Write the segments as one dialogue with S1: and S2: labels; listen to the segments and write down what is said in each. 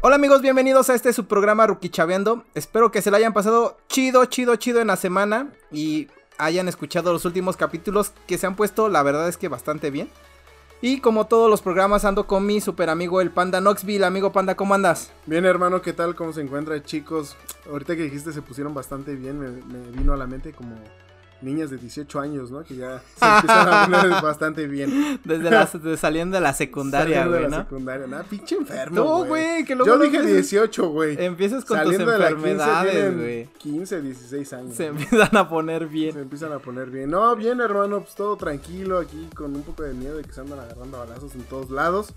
S1: Hola amigos, bienvenidos a este su programa Ruki Chaveando. Espero que se la hayan pasado chido, chido, chido en la semana y hayan escuchado los últimos capítulos que se han puesto, la verdad es que bastante bien. Y como todos los programas ando con mi super amigo el Panda Knoxville. Amigo Panda, ¿cómo andas?
S2: Bien, hermano, ¿qué tal? ¿Cómo se encuentra, chicos? Ahorita que dijiste se pusieron bastante bien, me, me vino a la mente como niñas de 18 años, ¿no? Que ya se empiezan a poner bastante bien.
S1: Desde la, de- saliendo de la secundaria,
S2: Saliendo
S1: güey,
S2: de
S1: ¿no?
S2: la secundaria, nada, pinche enfermo.
S1: No, güey, que luego
S2: Yo
S1: no
S2: dije
S1: empieces-
S2: 18, güey.
S1: Empiezas con
S2: Saliendo
S1: tus
S2: de la 15
S1: enfermedades,
S2: tienen
S1: güey.
S2: 15, 16 años.
S1: Se
S2: ¿no?
S1: empiezan a poner
S2: Se
S1: bien.
S2: empiezan a poner bien. No, bien, hermano, pues todo tranquilo aquí, con un poco de miedo de que se andan agarrando balazos en todos lados.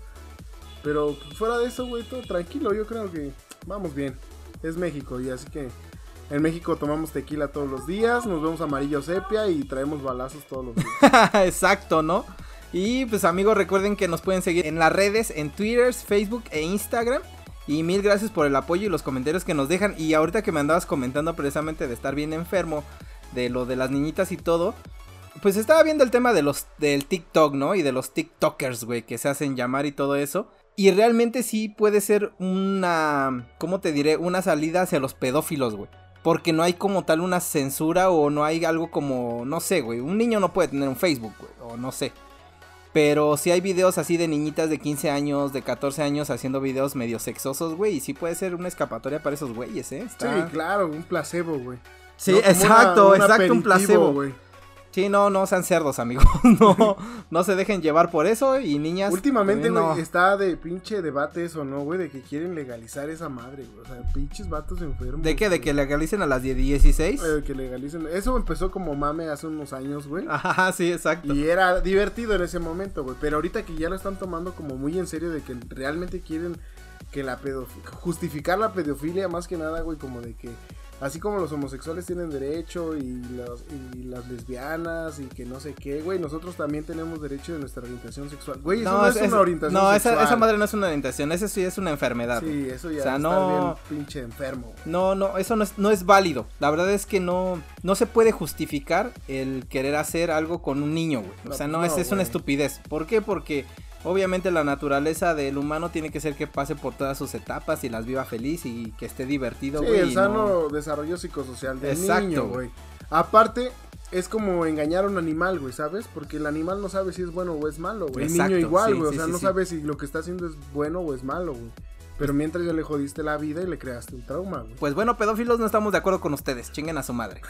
S2: Pero fuera de eso, güey, todo tranquilo. Yo creo que vamos bien. Es México y así que en México tomamos tequila todos los días, nos vemos amarillo sepia y traemos balazos todos los días.
S1: Exacto, ¿no? Y pues amigos, recuerden que nos pueden seguir en las redes, en Twitter, Facebook e Instagram. Y mil gracias por el apoyo y los comentarios que nos dejan. Y ahorita que me andabas comentando precisamente de estar bien enfermo, de lo de las niñitas y todo. Pues estaba viendo el tema de los, del TikTok, ¿no? Y de los TikTokers, güey, que se hacen llamar y todo eso. Y realmente sí puede ser una, ¿cómo te diré? Una salida hacia los pedófilos, güey. Porque no hay como tal una censura o no hay algo como, no sé, güey. Un niño no puede tener un Facebook, güey. O no sé. Pero sí hay videos así de niñitas de 15 años, de 14 años haciendo videos medio sexosos, güey. Y sí puede ser una escapatoria para esos güeyes, ¿eh?
S2: Sí,
S1: Está-
S2: claro, un placebo, güey.
S1: Sí,
S2: Ah, No, como una-
S1: exacto,
S2: un
S1: exacto, un
S2: aperitivo,
S1: placebo.
S2: güey.
S1: Sí, no, no sean cerdos, amigos. No, no se dejen llevar por eso y niñas.
S2: Últimamente,
S1: también
S2: güey,
S1: Este, no.
S2: está de pinche debate eso, ¿no, güey? De que quieren legalizar esa madre, güey. O sea, pinches vatos enfermos.
S1: ¿De qué? ¿De
S2: güey.
S1: que legalicen a las 10 16?
S2: Eh, que legalicen. Eso empezó como mame hace unos años, güey.
S1: Ajá, sí, exacto.
S2: Y era divertido en ese momento, güey. Pero ahorita que ya lo están tomando como muy en serio de que realmente quieren que la pedofilia... Justificar la pedofilia más que nada, güey. Como de que... Así como los homosexuales tienen derecho y, los- y las lesbianas y que no sé qué, güey. Nosotros también tenemos derecho de nuestra orientación sexual. Güey, eso no, es, una orientación
S1: no, esa-
S2: sexual.
S1: Esa, madre no es una orientación, esa sí es una enfermedad. güey.
S2: Sí, eso ya
S1: O sea,
S2: está
S1: no-
S2: bien pinche enfermo, güey.
S1: No, no, eso no es, no es válido. La verdad es que no, no se puede justificar el querer hacer algo con un niño, güey. O
S2: No,
S1: sea, no,
S2: no,
S1: es, es una
S2: güey.
S1: estupidez. ¿Por qué? Porque obviamente la naturaleza del humano tiene que ser que pase por todas sus etapas y las viva feliz y que esté divertido,
S2: Sí,
S1: güey.
S2: el
S1: y
S2: sano
S1: no-
S2: desarrollo psicosocial del
S1: Exacto,
S2: niño,
S1: güey.
S2: güey. Aparte, es como engañar a un animal, güey, ¿sabes? Porque el animal no sabe si es bueno o es malo, güey. El
S1: Exacto,
S2: niño igual,
S1: sí,
S2: güey.
S1: sí,
S2: o sea,
S1: sí,
S2: no
S1: sí.
S2: sabe si lo que está haciendo es bueno o es malo, güey. Pero mientras ya le jodiste la vida y le creaste un trauma, güey.
S1: Pues bueno, pedófilos, no estamos de acuerdo con ustedes. Chinguen a su madre.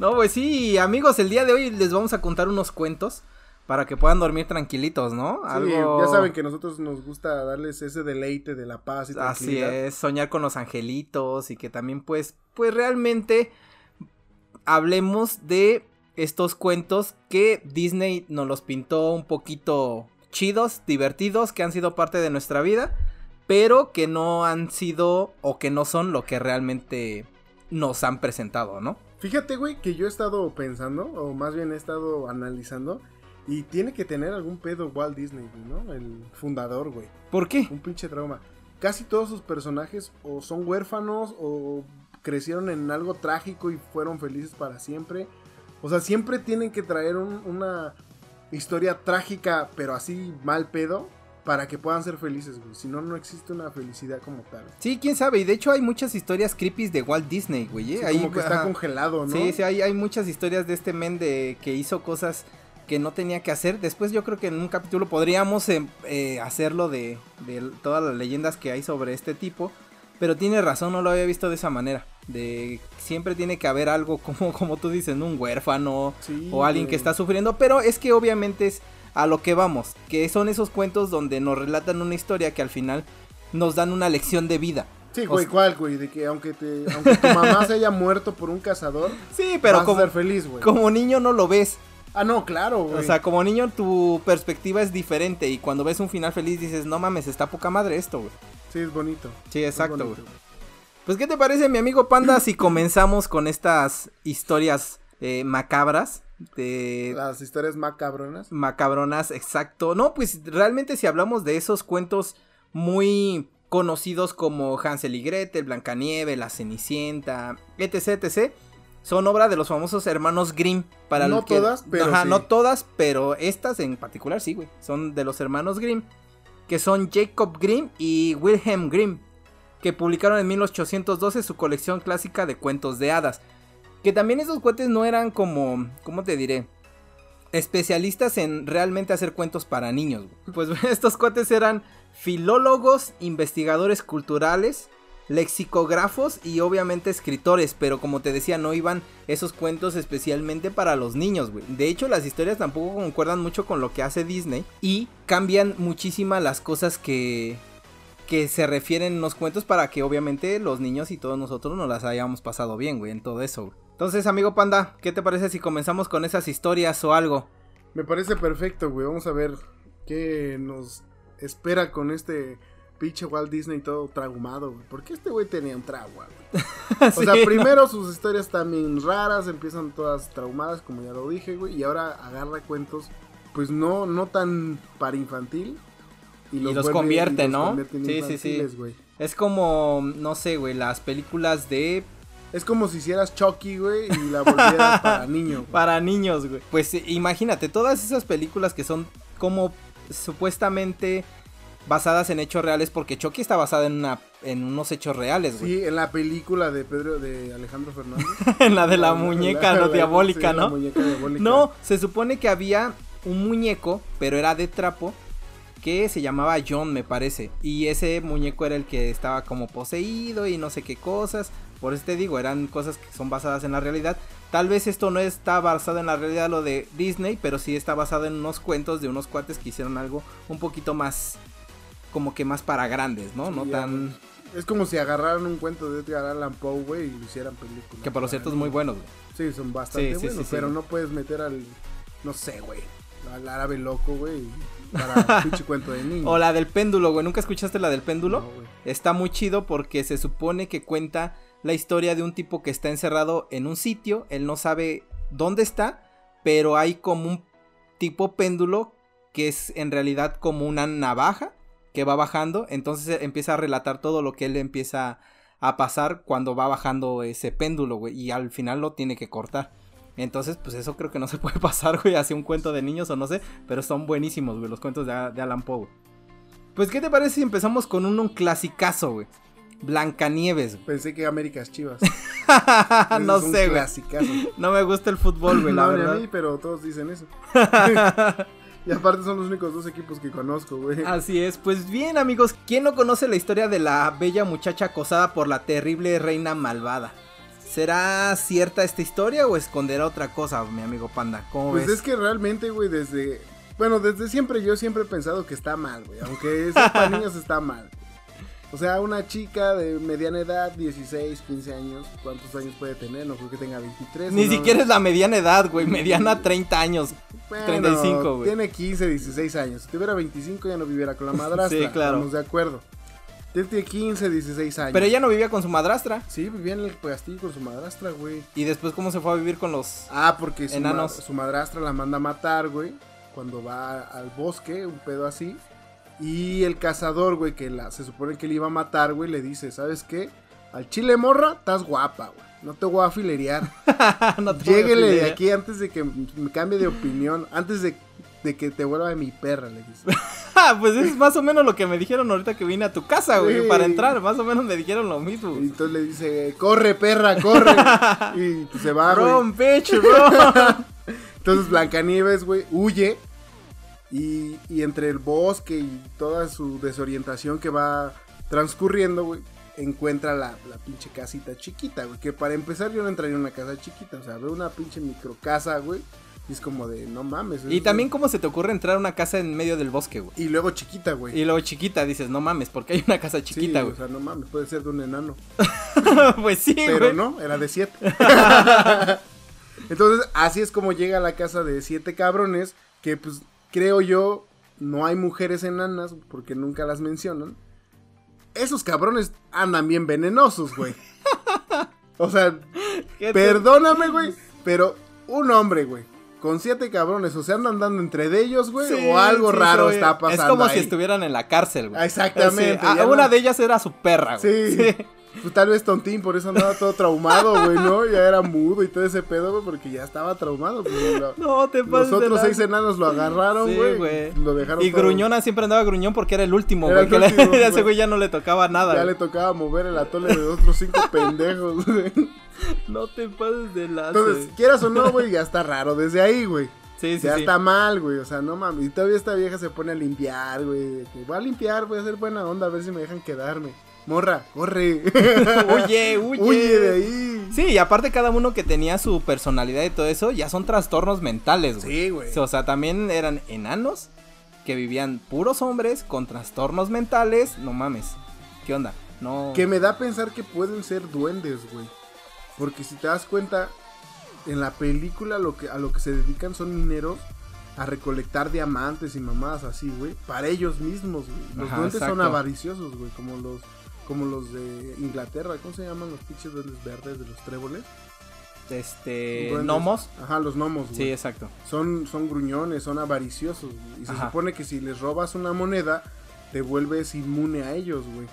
S1: no, pues sí, amigos, el día de hoy les vamos a contar unos cuentos para que puedan dormir tranquilitos, ¿no?
S2: Sí, ya saben que nosotros nos gusta darles ese deleite de la paz
S1: Así
S2: y tranquilidad.
S1: es, soñar con los angelitos y que también pues, pues realmente hablemos de estos cuentos que Disney nos los pintó un poquito chidos, divertidos, que han sido parte de nuestra vida, pero que no han sido o que no son lo que realmente nos han presentado, ¿no?
S2: Fíjate, güey, que yo he estado pensando, o más bien he estado analizando, y tiene que tener algún pedo Walt Disney, güey, ¿no? El fundador, güey.
S1: ¿Por qué?
S2: Un pinche trauma. Casi todos sus personajes o son huérfanos o crecieron en algo trágico y fueron felices para siempre. O sea, siempre tienen que traer un- una historia trágica, pero así mal pedo, para que puedan ser felices, güey. Si no, no existe una felicidad como tal.
S1: Sí, quién sabe, y de hecho hay muchas historias creepy de Walt Disney, güey. ¿eh?
S2: Sí,
S1: Ahí,
S2: como que está
S1: ajá.
S2: congelado, ¿no?
S1: Sí, sí, hay, hay muchas historias de este men de que hizo cosas que no tenía que hacer. Después yo creo que en un capítulo podríamos eh, eh, hacerlo de, de todas las leyendas que hay sobre este tipo. Pero tiene razón, no lo había visto de esa manera. De siempre tiene que haber algo como, como tú dices, ¿no? un huérfano
S2: Sí,
S1: o alguien
S2: güey.
S1: que está sufriendo. Pero es que obviamente es a lo que vamos. Que son esos cuentos donde nos relatan una historia que al final nos dan una lección de vida.
S2: Sí,
S1: o
S2: güey,
S1: sea-
S2: ¿cuál, güey? De que aunque, te, aunque tu mamá se haya muerto por un cazador,
S1: Sí, pero
S2: vas
S1: como,
S2: a ser feliz, güey.
S1: como niño no lo ves.
S2: Ah, no, claro, güey.
S1: O sea, como niño tu perspectiva es diferente y cuando ves un final feliz dices, no mames, está poca madre esto, güey.
S2: sí, es bonito.
S1: Sí,
S2: es
S1: exacto,
S2: bonito,
S1: güey. Pues, ¿qué te parece, mi amigo Panda, si comenzamos con estas historias eh, macabras? De...
S2: Las historias macabronas.
S1: Macabronas, exacto. No, pues realmente si hablamos de esos cuentos muy conocidos como Hansel y Gretel, Blancanieve, La Cenicienta, etc, etc, son obra de los famosos hermanos Grimm. Para
S2: No
S1: el que-
S2: todas, pero
S1: Ajá,
S2: sí.
S1: no todas, pero estas en particular sí, güey. Son de los hermanos Grimm. que son Jacob Grimm y Wilhelm Grimm, que publicaron en 1812 su colección clásica de cuentos de hadas. Que también esos cuates no eran como, ¿cómo te diré? Especialistas en realmente hacer cuentos para niños. güey. Pues estos cuates eran filólogos, investigadores culturales, lexicógrafos y obviamente escritores, pero como te decía, no iban esos cuentos especialmente para los niños, güey. De hecho, las historias tampoco concuerdan mucho con lo que hace Disney y cambian muchísimas las cosas que que se refieren en los cuentos para que obviamente los niños y todos nosotros nos las hayamos pasado bien, güey, en todo eso. güey. Entonces, amigo Panda, ¿qué te parece si comenzamos con esas historias o algo?
S2: Me parece perfecto, güey. Vamos a ver qué nos espera con este pinche Walt Disney todo traumado, güey. Porque este güey tenía un trauma, güey. O sea,
S1: Sí, ¿no?
S2: primero sus historias están bien raras, empiezan todas traumadas, como ya lo dije, güey. Y ahora agarra cuentos, pues no, no tan para infantil.
S1: Y los convierte, ¿no?
S2: sí,
S1: Sí, sí, sí.
S2: sí, sí.
S1: Es como, no sé, güey, las películas de
S2: Es como si hicieras Chucky, güey, y la volvieras para niño. güey.
S1: para niños, güey. Pues eh, imagínate, todas esas películas que son como supuestamente basadas en hechos reales, porque Chucky está basada en, una, en unos hechos reales, güey.
S2: Sí, en la película de Pedro, de Alejandro Fernández.
S1: en la de la,
S2: La-
S1: muñeca
S2: la-
S1: ¿no?
S2: la-
S1: diabólica,
S2: sí,
S1: ¿no?
S2: La muñeca diabólica.
S1: No, se supone que había un muñeco, pero era de trapo, que se llamaba John, me parece. Y ese muñeco era el que estaba como poseído y no sé qué cosas. Por eso te digo, eran cosas que son basadas en la realidad. Tal vez esto no está basado en la realidad lo de Disney, pero sí está basado en unos cuentos de unos cuates que hicieron algo un poquito más como que más para grandes, ¿no? no
S2: Sí, ya,
S1: tan
S2: Es como si agarraran un cuento de Edgar Allan Poe, güey, y lo hicieran película.
S1: que por lo
S2: para
S1: cierto es muy
S2: niños.
S1: buenos. güey.
S2: Sí, son bastante
S1: Sí, sí, sí,
S2: buenos,
S1: sí.
S2: pero no puedes meter al, no sé, güey, al árabe loco, güey, para pinche cuento de niño.
S1: O la del péndulo, güey, ¿nunca escuchaste la del péndulo?
S2: No, güey.
S1: Está muy chido porque se supone que cuenta la historia de un tipo que está encerrado en un sitio, él no sabe dónde está, pero hay como un tipo péndulo que es en realidad como una navaja que va bajando, entonces empieza a relatar todo lo que él empieza a pasar cuando va bajando ese péndulo, güey, y al final lo tiene que cortar. Entonces, pues eso creo que no se puede pasar, güey, hacia un cuento de niños o no sé, pero son buenísimos, güey, los cuentos de, de Alan Poe. güey. Pues, ¿qué te parece si empezamos con un, un clasicazo, güey? Blancanieves, güey.
S2: Pensé que Américas Chivas. Ese
S1: Ah, no
S2: es un
S1: sé, güey.
S2: clasicazo.
S1: No me gusta el fútbol, güey, la
S2: No, ni a
S1: verdad.
S2: mí, pero todos dicen eso. y aparte son los únicos dos equipos que conozco, güey.
S1: Así es, pues bien amigos, ¿quién no conoce la historia de la bella muchacha acosada por la terrible reina malvada? ¿Será cierta esta historia o esconderá otra cosa, mi amigo Panda? ¿Cómo
S2: Pues
S1: ves?
S2: es que realmente, güey, desde. Bueno, desde siempre yo siempre he pensado que está mal, güey. Aunque es para niños está mal. O sea, una chica de mediana edad, 16, 15 años, ¿cuántos años puede tener? No creo que tenga 23.
S1: Ni
S2: ¿no?
S1: siquiera es la mediana edad, güey, mediana 30 años.
S2: Bueno,
S1: 35, güey.
S2: Tiene 15, 16 años. Si tuviera 25 ya no viviera con la madrastra.
S1: Sí, claro.
S2: Estamos de acuerdo. Tiene 15, 16 años.
S1: Pero ella no vivía con su madrastra.
S2: Sí, vivía en el castillo con su madrastra, güey.
S1: ¿Y después cómo se fue a vivir con los...
S2: Ah, porque su,
S1: Enanos.
S2: ma- su madrastra la manda a matar, güey. Cuando va al bosque, un pedo así. Y el cazador, güey, que la, se supone que le iba a matar, güey, le dice, ¿sabes qué? Al chile morra, estás guapa, güey. No te voy a filerear.
S1: Ah, No tengo
S2: Lléguele
S1: idea.
S2: de aquí antes de que me cambie de opinión. Antes de, de que te vuelva mi perra, le dice.
S1: Ah, pues es más o menos lo que me dijeron ahorita que vine a tu casa, güey,
S2: Sí.
S1: para entrar. Más o menos me dijeron lo mismo.
S2: Y entonces le dice, corre, perra, corre. y pues, se
S1: Ah,
S2: va, güey.
S1: Ron, bitch, bro.
S2: Entonces Blancanieves, güey, huye. Y, y entre el bosque y toda su desorientación que va transcurriendo, güey, encuentra la, la pinche casita chiquita, güey. Que para empezar yo no entraría en una casa chiquita. O sea, veo una pinche microcasa, güey. Y es como de, no mames.
S1: Y
S2: es-
S1: también cómo se te ocurre entrar a una casa en medio del bosque, güey.
S2: Y luego chiquita, güey.
S1: Y luego chiquita, dices, no mames, porque hay una casa chiquita,
S2: Sí,
S1: güey.
S2: O sea, no mames, puede ser de un enano.
S1: pues sí,
S2: Pero
S1: güey.
S2: no, era de siete. Entonces, así es como llega a la casa de siete cabrones, que pues creo yo no hay mujeres enanas porque nunca las mencionan. Esos cabrones andan bien venenosos, güey. O sea,
S1: ¿Qué te-
S2: perdóname, güey, pero un hombre, güey, con siete cabrones, o sea, andan dando entre de ellos, güey,
S1: Sí,
S2: o algo
S1: sí,
S2: raro
S1: sí.
S2: está pasando
S1: Es como si
S2: ahí. Ah,
S1: estuvieran en la cárcel, güey.
S2: Exactamente,
S1: Sí, ah,
S2: ya
S1: una
S2: no-
S1: de ellas era su perra, güey.
S2: Sí. Pues tal vez tontín, por eso andaba todo traumado, güey, ¿no? Ya era mudo y todo ese pedo, güey, porque ya estaba traumado. Pues, lo-
S1: No, te
S2: los
S1: pases. de
S2: otros
S1: lanza.
S2: seis enanos lo agarraron,
S1: Sí,
S2: güey.
S1: güey.
S2: lo dejaron
S1: Y
S2: todo-
S1: Gruñona siempre andaba gruñón porque era el último,
S2: Era
S1: güey.
S2: el
S1: que le-
S2: último,
S1: a ese
S2: güey.
S1: güey ya no le tocaba nada.
S2: Ya
S1: güey.
S2: le tocaba mover el atole de otros cinco pendejos,
S1: Ah,
S2: güey.
S1: No te pases de lanza.
S2: Entonces, quieras o no, güey, ya está raro desde ahí, güey.
S1: sí, sí,
S2: ya
S1: sí.
S2: está mal, güey. O sea, no mames. Y todavía esta vieja se pone a limpiar, güey. de que, Voy a limpiar, voy a hacer buena onda, a ver si me dejan quedarme. Morra, corre.
S1: Huye, huye.
S2: Huye de ahí.
S1: Sí, y aparte cada uno que tenía su personalidad y todo eso, ya son trastornos mentales, güey.
S2: Sí, güey.
S1: O sea, también eran enanos que vivían puros hombres con trastornos mentales. No mames. ¿Qué onda? No.
S2: Que me da a pensar que pueden ser duendes, güey. Porque si te das cuenta, en la película lo que, a lo que se dedican son mineros a recolectar diamantes y mamadas así, güey. Para ellos mismos, güey. Los
S1: Ajá,
S2: duendes son
S1: exacto.
S2: avariciosos, güey. Como los, como los de Inglaterra. ¿Cómo se llaman los pinches duendes verdes de los tréboles?
S1: Este.
S2: Duendes.
S1: Gnomos.
S2: Ajá, los gnomos,
S1: Sí,
S2: güey.
S1: exacto.
S2: son, son gruñones, son avariciosos. güey. Y se
S1: Ajá.
S2: supone que si les robas una moneda, te vuelves inmune a ellos, güey.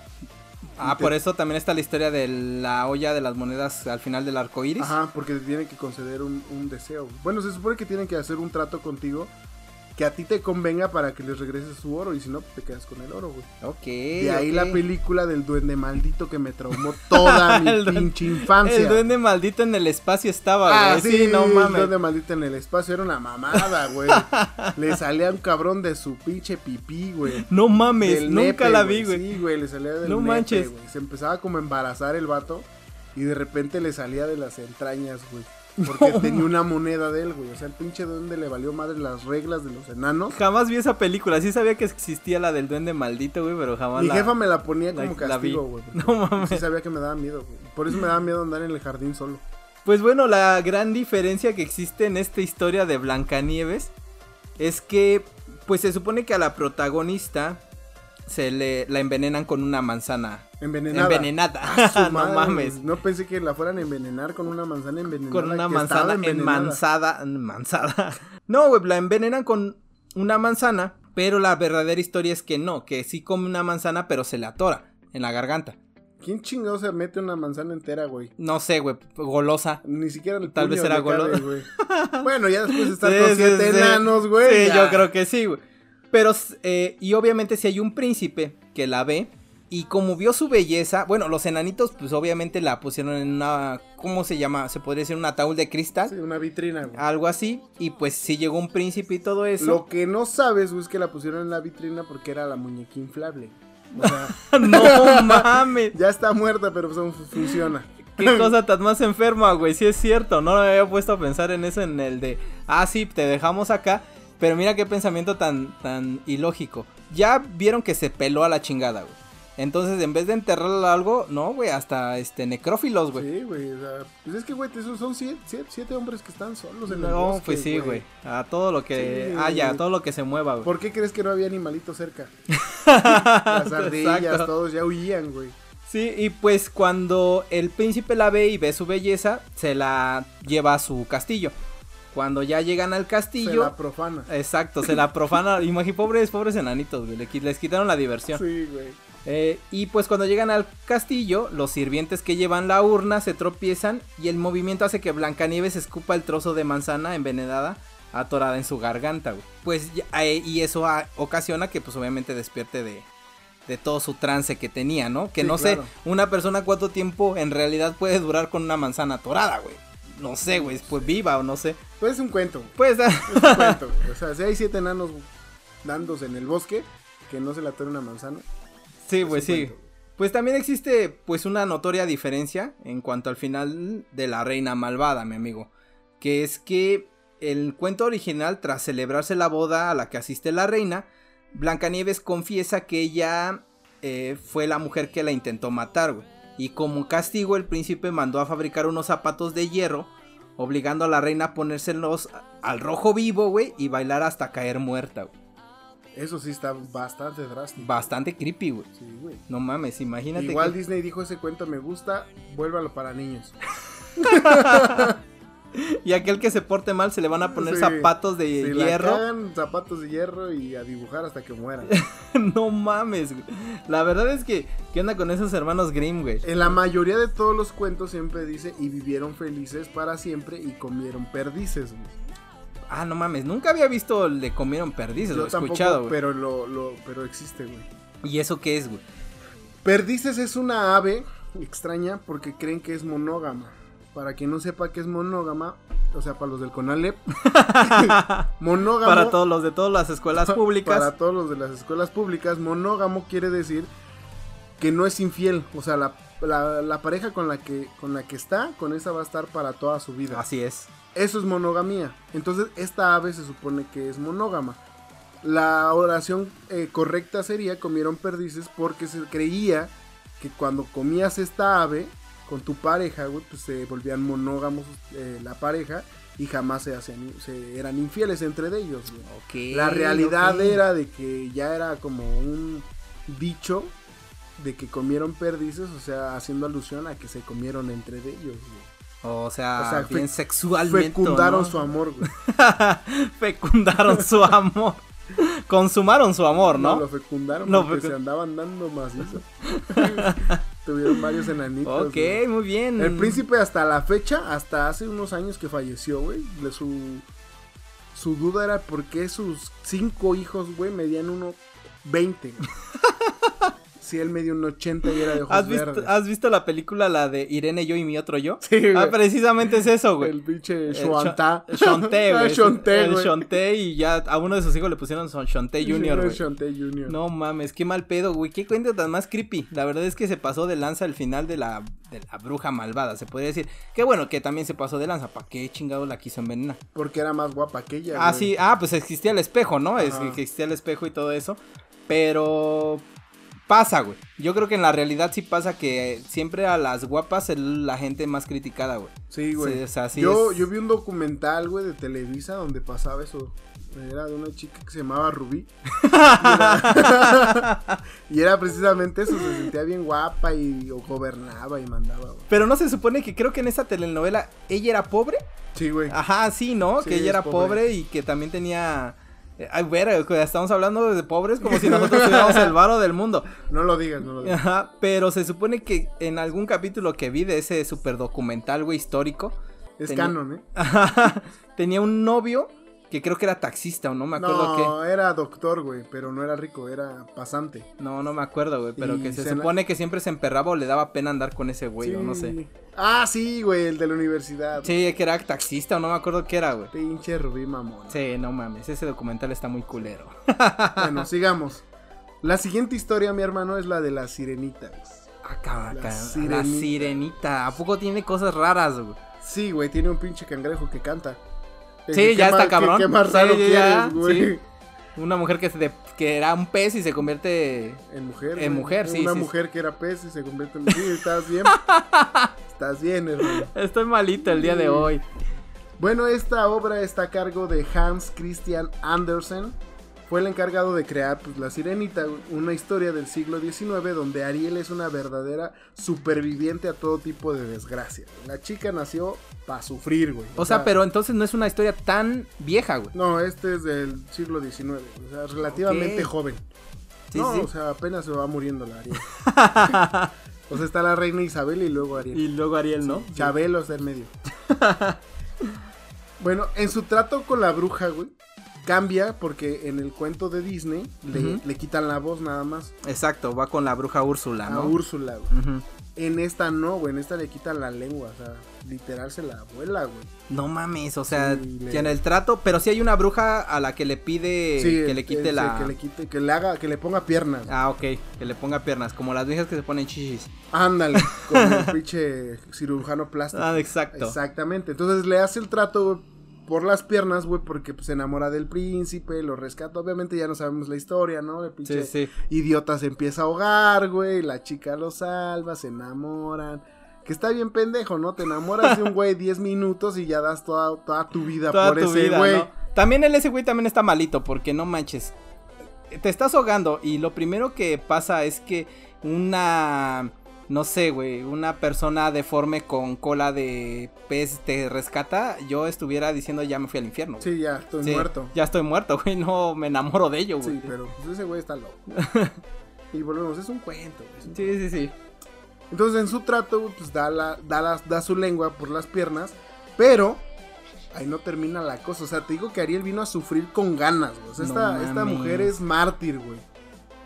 S1: Ah,
S2: te-
S1: por eso también está la historia de la olla de las monedas al final del arco iris.
S2: Ajá, porque te tienen que conceder un, un deseo. Bueno, se supone que tienen que hacer un trato contigo que a ti te convenga para que les regreses su oro y si no, pues, te quedas con el oro, güey.
S1: Ok.
S2: De ahí
S1: ok.
S2: la película del duende maldito que me traumó toda mi
S1: El duende-
S2: pinche infancia.
S1: El duende maldito en el espacio estaba, güey.
S2: Ah,
S1: sí, no mames.
S2: El duende maldito en el espacio era una mamada, güey. Le salía un cabrón de su pinche pipí, güey.
S1: No mames,
S2: del
S1: nunca
S2: nepe,
S1: la vi, güey.
S2: Sí, güey, le salía del
S1: No
S2: nepe,
S1: manches.
S2: güey. Se empezaba como a embarazar el vato y de repente le salía de las entrañas, güey. Porque tenía una moneda de él, güey. O sea, el pinche duende le valió madre las reglas de los enanos.
S1: Jamás vi esa película. Sí sabía que existía la del duende maldito, güey, pero jamás
S2: Mi
S1: la...
S2: jefa me la ponía
S1: la-
S2: como
S1: la vi.
S2: castigo, güey. porque
S1: No mames.
S2: Sí sabía que me daba miedo, güey. Por eso me daba miedo andar en el jardín solo.
S1: Pues bueno, la gran diferencia que existe en esta historia de Blancanieves es que, pues se supone que a la protagonista se le la envenenan con una manzana
S2: Envenenada. Ah,
S1: envenenada.
S2: Su
S1: no
S2: madre,
S1: mames.
S2: güey. No pensé que la fueran a envenenar con una manzana envenenada.
S1: Con una
S2: que estaba
S1: manzana
S2: envenenada.
S1: enmanzada. Manzada. No, güey, la envenenan con una manzana, pero la verdadera historia es que no, que sí come una manzana, pero se le atora en la garganta.
S2: ¿Quién chingado se mete una manzana entera, güey?
S1: No sé, güey, golosa.
S2: Ni siquiera el
S1: Tal vez
S2: puño
S1: era
S2: le cabe,
S1: golo-
S2: güey. Bueno, ya después de estar
S1: Sí,
S2: con
S1: sí,
S2: siete
S1: sí.
S2: enanos, güey.
S1: Sí,
S2: ya.
S1: yo creo que sí, güey. Pero, s- eh, y obviamente si hay un príncipe que la ve y como vio su belleza, bueno, los enanitos pues obviamente la pusieron en una, ¿cómo se llama? Se podría decir un ataúd de cristal,
S2: Sí, una vitrina, güey.
S1: algo así, y pues sí llegó un príncipe y todo Ah, eso.
S2: Lo que no sabes, güey, es que la pusieron en la vitrina porque era la muñeca inflable. O sea,
S1: no mames,
S2: ya está muerta, pero pues aún fu- funciona.
S1: qué cosa tan más enferma, güey, sí es cierto, no me había puesto a pensar en eso, en el de, ah, sí, te dejamos acá, pero mira qué pensamiento tan, tan ilógico. Ya vieron que se peló a la chingada, güey. Entonces, en vez de enterrarla a algo, no, güey, hasta este necrófilos, güey.
S2: Sí, güey. O sea, pues es que, güey, esos son siete, siete- siete hombres que están solos en el
S1: no,
S2: bosque,
S1: pues sí, güey. A todo lo que
S2: Sí,
S1: haya, a
S2: güey.
S1: todo lo que se mueva, güey. Ah,
S2: ¿Por qué crees que no había animalitos cerca? Las ardillas,
S1: Exacto.
S2: todos ya huían, güey.
S1: Sí, y pues cuando el príncipe la ve y ve su belleza, se la lleva a su castillo. Cuando ya llegan al
S2: Se
S1: castillo,
S2: la profana.
S1: Eh, exacto, se la profana. Imagínate, pobres, pobres enanitos, güey. le qui- les quitaron la diversión.
S2: Sí, güey.
S1: Eh, y pues cuando llegan al castillo, los sirvientes que llevan la urna se tropiezan y el movimiento hace que Blancanieves escupa el trozo de manzana envenenada atorada en su garganta, güey. Pues ya- eh, y eso ah, ocasiona que pues obviamente despierte de, de todo su trance que tenía, ¿no? Que
S2: Sí,
S1: no
S2: claro.
S1: sé, una persona cuánto tiempo en realidad puede durar con una manzana atorada, güey. No sé, güey, pues viva o no sé.
S2: Pues es un cuento, güey.
S1: Pues
S2: un cuento, güey. O sea, si hay siete enanos dándose en el bosque, que no se la tome una manzana.
S1: sí,
S2: es
S1: güey,
S2: un
S1: sí.
S2: cuento.
S1: Pues también existe pues una notoria diferencia en cuanto al final de la reina malvada, mi amigo, que es que el cuento original tras celebrarse la boda a la que asiste la reina, Blancanieves confiesa que ella eh, fue la mujer que la intentó matar, güey. Y como castigo el príncipe mandó a fabricar unos zapatos de hierro, obligando a la reina a ponérselos al rojo vivo, güey, y bailar hasta caer muerta, güey.
S2: Eso sí está bastante drástico.
S1: Bastante creepy, güey.
S2: Sí, güey.
S1: No mames, imagínate.
S2: Igual
S1: que-
S2: Disney dijo ese cuento me gusta, vuélvalo para niños.
S1: Y aquel que se porte mal se le van a poner
S2: Sí.
S1: zapatos de
S2: Si la
S1: hierro.
S2: cagan, zapatos de hierro y a dibujar hasta que mueran.
S1: no mames, güey. La verdad es que, ¿qué onda con esos hermanos Grimm, güey?
S2: En la mayoría de todos los cuentos siempre dice y vivieron felices para siempre y comieron perdices. güey".
S1: Ah, no mames, nunca había visto el de comieron perdices, lo he escuchado, güey.
S2: pero lo, lo pero existe, güey.
S1: ¿Y eso qué es, güey?
S2: Perdices es una ave extraña porque creen que es monógama. Para quien no sepa qué es monógama, o sea, para los del Conalep, monógamo
S1: Para todos los de todas las escuelas públicas.
S2: Para todos los de las escuelas públicas, monógamo quiere decir que no es infiel. O sea, la, la- la pareja con la, que, con la que está, con esa va a estar para toda su vida.
S1: Así es.
S2: Eso es monogamía. Entonces, esta ave se supone que es monógama. La oración eh, correcta sería comieron perdices porque se creía que cuando comías esta ave con tu pareja, güey, pues se volvían monógamos eh, la pareja y jamás se, hacían, se eran infieles entre ellos. güey.
S1: Ok,
S2: La realidad
S1: ok.
S2: era de que ya era como un dicho de que comieron perdices, o sea, haciendo alusión a que se comieron entre ellos. güey.
S1: O sea,
S2: O sea,
S1: bien
S2: fe-
S1: sexualmente.
S2: Fecundaron
S1: ¿no?
S2: su amor, güey.
S1: fecundaron su amor. Consumaron su amor, ¿no?
S2: lo fecundaron
S1: Lo
S2: porque
S1: fecun-
S2: se andaban dando macizo. Tuvieron varios enanitos.
S1: ok,
S2: güey.
S1: muy bien.
S2: El príncipe hasta la fecha, hasta hace unos años que falleció, güey, le- su su duda era por qué sus cinco hijos, güey, medían uno 20. güey. si él medía un 80 y era de ojos
S1: ¿Has visto,
S2: verdes.
S1: has visto la película, la de Irene, yo y mi otro yo?
S2: Sí, güey.
S1: Ah, precisamente es eso, güey.
S2: el pinche
S1: El
S2: Shuantá.
S1: Shon- Shonté,
S2: Ah,
S1: güey.
S2: Shonté,
S1: el
S2: güey.
S1: Shonté y ya a uno de sus hijos le pusieron Son Shonté Junior,
S2: El
S1: güey.
S2: Shonté Junior.
S1: No mames, qué mal pedo, güey. Qué cuento tan más creepy. La verdad es que se pasó de lanza al final de la, de la bruja malvada, se podría decir. Qué bueno que también se pasó de lanza. ¿Para qué chingado la quiso envenenar?
S2: Porque era más guapa que ella.
S1: Ah,
S2: güey.
S1: sí, ah, pues existía el espejo, ¿no? Es,
S2: Ajá.
S1: existía el espejo y todo eso. Pero pasa, güey. Yo creo que en la realidad sí pasa que siempre a las guapas es la gente más criticada, güey.
S2: Sí, güey.
S1: Sí, o sea, sí
S2: yo,
S1: es-
S2: yo vi un documental, güey, de Televisa donde pasaba eso. Era de una chica que se llamaba Rubí. Y era, y era precisamente eso, se sentía bien guapa y o gobernaba y mandaba, güey.
S1: Pero no se supone que creo que en esa telenovela ella era pobre.
S2: Sí, güey.
S1: Ajá, sí, ¿no?
S2: Sí,
S1: que ella
S2: es
S1: era pobre.
S2: pobre
S1: y que también tenía... eh, Ay, ver, estamos hablando de pobres como si nosotros tuviéramos el varo del mundo.
S2: No lo digas, no lo digas.
S1: Ajá, pero se supone que en algún capítulo que vi de ese super documental, güey, histórico,
S2: Es
S1: Tenía-
S2: canon, ¿eh?
S1: Ajá. Tenía un novio que creo que era taxista o no me acuerdo
S2: No, era doctor, güey, pero no era rico, era pasante.
S1: qué. No, no me acuerdo, güey. Pero
S2: Y
S1: que se
S2: cena-
S1: supone que siempre se emperraba o le daba pena andar con ese güey, o no
S2: Sí.
S1: sé.
S2: Ah, sí, güey, el de la universidad.
S1: Sí, que era taxista o no me acuerdo qué era, güey.
S2: Pinche Rubí mamón.
S1: Sí, no mames, ese documental está muy culero.
S2: Bueno, sigamos. La siguiente historia, mi hermano, es la de las sirenitas.
S1: Acá,
S2: La
S1: acá. La
S2: sirenita.
S1: sirenita. ¿A poco tiene cosas raras, güey?
S2: Sí, güey, tiene un pinche cangrejo que canta.
S1: Sí,
S2: ¿Qué
S1: ya
S2: más-
S1: está
S2: qué-
S1: cabrón.
S2: Qué, más
S1: Sí,
S2: raro
S1: ya, ya,
S2: quieres, güey.
S1: sí. Una mujer que, se de- que era un pez y se convierte.
S2: En mujer.
S1: En
S2: güey.
S1: mujer, sí,
S2: Una
S1: sí,
S2: mujer que era pez y se convierte en mujer. ¿Estás bien? Estás bien, hermano.
S1: Estoy malito el día de
S2: Sí.
S1: hoy.
S2: Bueno, esta obra está a cargo de Hans Christian Andersen. Fue el encargado de crear pues, La Sirenita, güey, una historia del siglo XIX donde Ariel es una verdadera superviviente a todo tipo de desgracia. La chica nació para sufrir, güey.
S1: O sea, pero entonces no es una historia tan vieja, güey.
S2: No, este es del siglo XIX, o sea, relativamente
S1: Ok.
S2: joven.
S1: Sí,
S2: no,
S1: sí.
S2: o sea, apenas se va muriendo la Ariel. o sea, está la reina Isabel y luego Ariel.
S1: Y luego Ariel, ¿no?
S2: Chabelo está en medio. bueno, en su trato con la bruja, güey, cambia porque en el cuento de Disney le,
S1: Ujú.
S2: le quitan la voz nada más
S1: Exacto, va con la bruja Úrsula,
S2: a
S1: Ah, ¿no?
S2: Úrsula, güey.
S1: Ujú.
S2: En esta no, güey, en esta le quitan la lengua, o sea, literal se la abuela, güey.
S1: No mames, o sea,
S2: Sí, le-
S1: tiene el trato, pero sí hay una bruja a la que le pide que le quite
S2: eh, sí,
S1: la...
S2: Que le quite, que le haga, que le ponga piernas.
S1: Ah, ok, que le ponga piernas, como las viejas que se ponen chichis.
S2: Ándale, con el pinche cirujano plástico.
S1: Ah, exacto.
S2: Exactamente. Entonces le hace el trato, güey, por las piernas, güey, porque pues, se enamora del príncipe, lo rescata. Obviamente ya no sabemos la historia, ¿no? El
S1: Sí,
S2: pinche
S1: sí.
S2: idiota se empieza a ahogar, güey, la chica lo salva, se enamoran. Que está bien pendejo, ¿no? Te enamoras de un güey 10 minutos y ya das toda, toda tu vida
S1: Toda
S2: por
S1: tu
S2: ese
S1: vida,
S2: güey.
S1: ¿no? También el ese güey también está malito, porque no manches. Te estás ahogando y lo primero que pasa es que una no sé, güey, una persona deforme con cola de pez te rescata, yo estuviera diciendo ya me fui al infierno. güey.
S2: Sí, ya, estoy
S1: Sí,
S2: muerto.
S1: Ya estoy muerto, güey, no me enamoro de ello, güey.
S2: Sí, pero pues, ese güey está loco. y volvemos, es un cuento. güey, es un
S1: Sí, sí, sí.
S2: Entonces en su trato, güey, pues da, la, da, las- da su lengua por las piernas, pero ahí no termina la cosa. O sea, te digo que Ariel vino a sufrir con ganas, güey. O sea,
S1: No
S2: esta, esta
S1: mames.
S2: mujer es mártir, güey.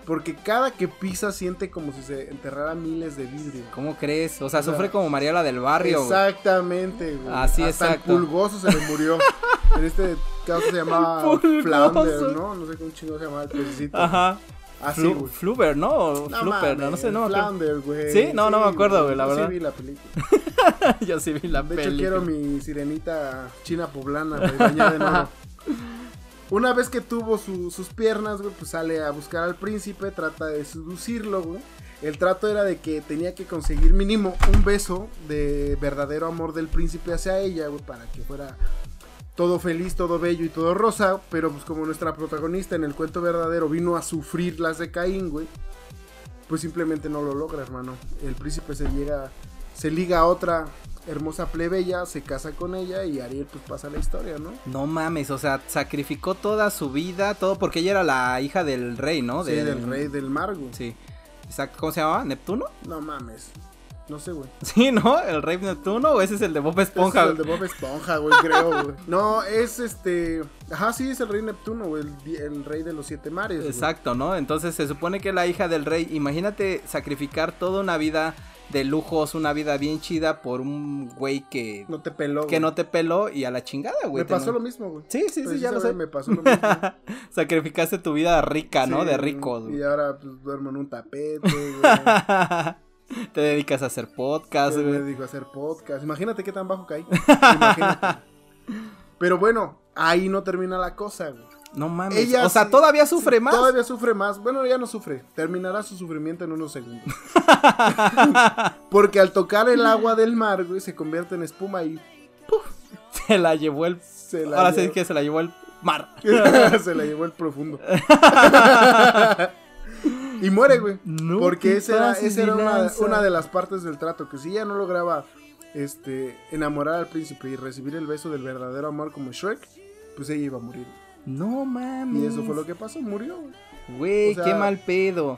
S2: Porque cada que pisa siente como si se enterrara miles de vidrio.
S1: ¿Cómo crees? O sea,
S2: O sea,
S1: sufre como Mariela del Barrio, güey.
S2: Exactamente, güey.
S1: Así,
S2: Hasta
S1: exacto.
S2: el pulgoso se le murió. en este caso se llamaba
S1: El pulgoso.
S2: Flounder, ¿no? No sé cómo chingo se llamaba el pececito.
S1: Ajá.
S2: Así,
S1: Flu-
S2: güey.
S1: Fluber, ¿no? O Fluper, no,
S2: mames,
S1: no sé, no me acuerdo.
S2: Flounder, güey.
S1: Sí, no, no me acuerdo, güey, la
S2: Yo sí
S1: verdad.
S2: vi la película.
S1: Yo sí vi la
S2: De hecho,
S1: peli.
S2: quiero mi sirenita china poblana, güey, bañada en oro. Una vez que tuvo su- sus piernas, güey, pues sale a buscar al príncipe, trata de seducirlo, güey. El trato era de que tenía que conseguir mínimo un beso de verdadero amor del príncipe hacia ella, güey, para que fuera todo feliz, todo bello y todo rosa. Pero pues como nuestra protagonista en el cuento verdadero vino a sufrir las de Caín, güey, pues simplemente no lo logra, hermano. El príncipe se llega, se liga a otra hermosa plebeya, se casa con ella y Ariel pues pasa la historia, ¿no?
S1: No mames, o sea, sacrificó toda su vida, todo porque ella era la hija del rey, ¿no?
S2: Sí, del rey del mar, güey.
S1: Sí. Exacto, ¿cómo se llamaba? ¿Neptuno?
S2: No mames. No sé, güey.
S1: Sí, ¿no? ¿El rey Neptuno o ese es el de Bob Esponja?
S2: Ese Es el de Bob Esponja, güey, creo, güey. No, es este. Ajá, sí, es el rey Neptuno, güey. El, di- el rey de los siete mares. güey.
S1: Exacto, ¿no? Entonces se supone que la hija del rey, imagínate sacrificar toda una vida de lujos, una vida bien chida por un güey que,
S2: No te peló.
S1: que
S2: güey.
S1: no te peló y a la chingada, güey.
S2: Me pasó
S1: Te-
S2: lo mismo, güey.
S1: Sí, sí, sí, ya lo sé.
S2: Precisamente Me pasó lo mismo.
S1: Sacrificaste tu vida rica, ¿no?
S2: Sí,
S1: De ricos,
S2: Y
S1: güey.
S2: ahora pues, duermo en un tapete, güey.
S1: Te dedicas a hacer podcast,
S2: Yo me
S1: güey.
S2: dedico a hacer podcast. Imagínate qué tan bajo caí. Imagínate. Pero bueno, ahí no termina la cosa, güey.
S1: No mames.
S2: Ella
S1: o sea,
S2: sí-
S1: todavía sufre
S2: sí,
S1: más.
S2: Todavía sufre más. Bueno, ya no sufre. Terminará su sufrimiento en unos segundos. Porque al tocar el agua del mar, güey, se convierte en espuma y
S1: Se la llevó el.
S2: se la,
S1: Ahora sí
S2: lleva-
S1: que se la llevó el mar.
S2: se la llevó el profundo. y muere, güey.
S1: No te
S2: Porque esa era,
S1: pases
S2: esa era
S1: de
S2: una,
S1: lanza.
S2: una de las partes del trato, que si ella no lograba este, enamorar al príncipe y recibir el beso del verdadero amor como Shrek, pues ella iba a morir.
S1: No mames.
S2: Y eso fue lo que pasó, murió. güey.
S1: Güey,
S2: o sea-
S1: qué mal pedo.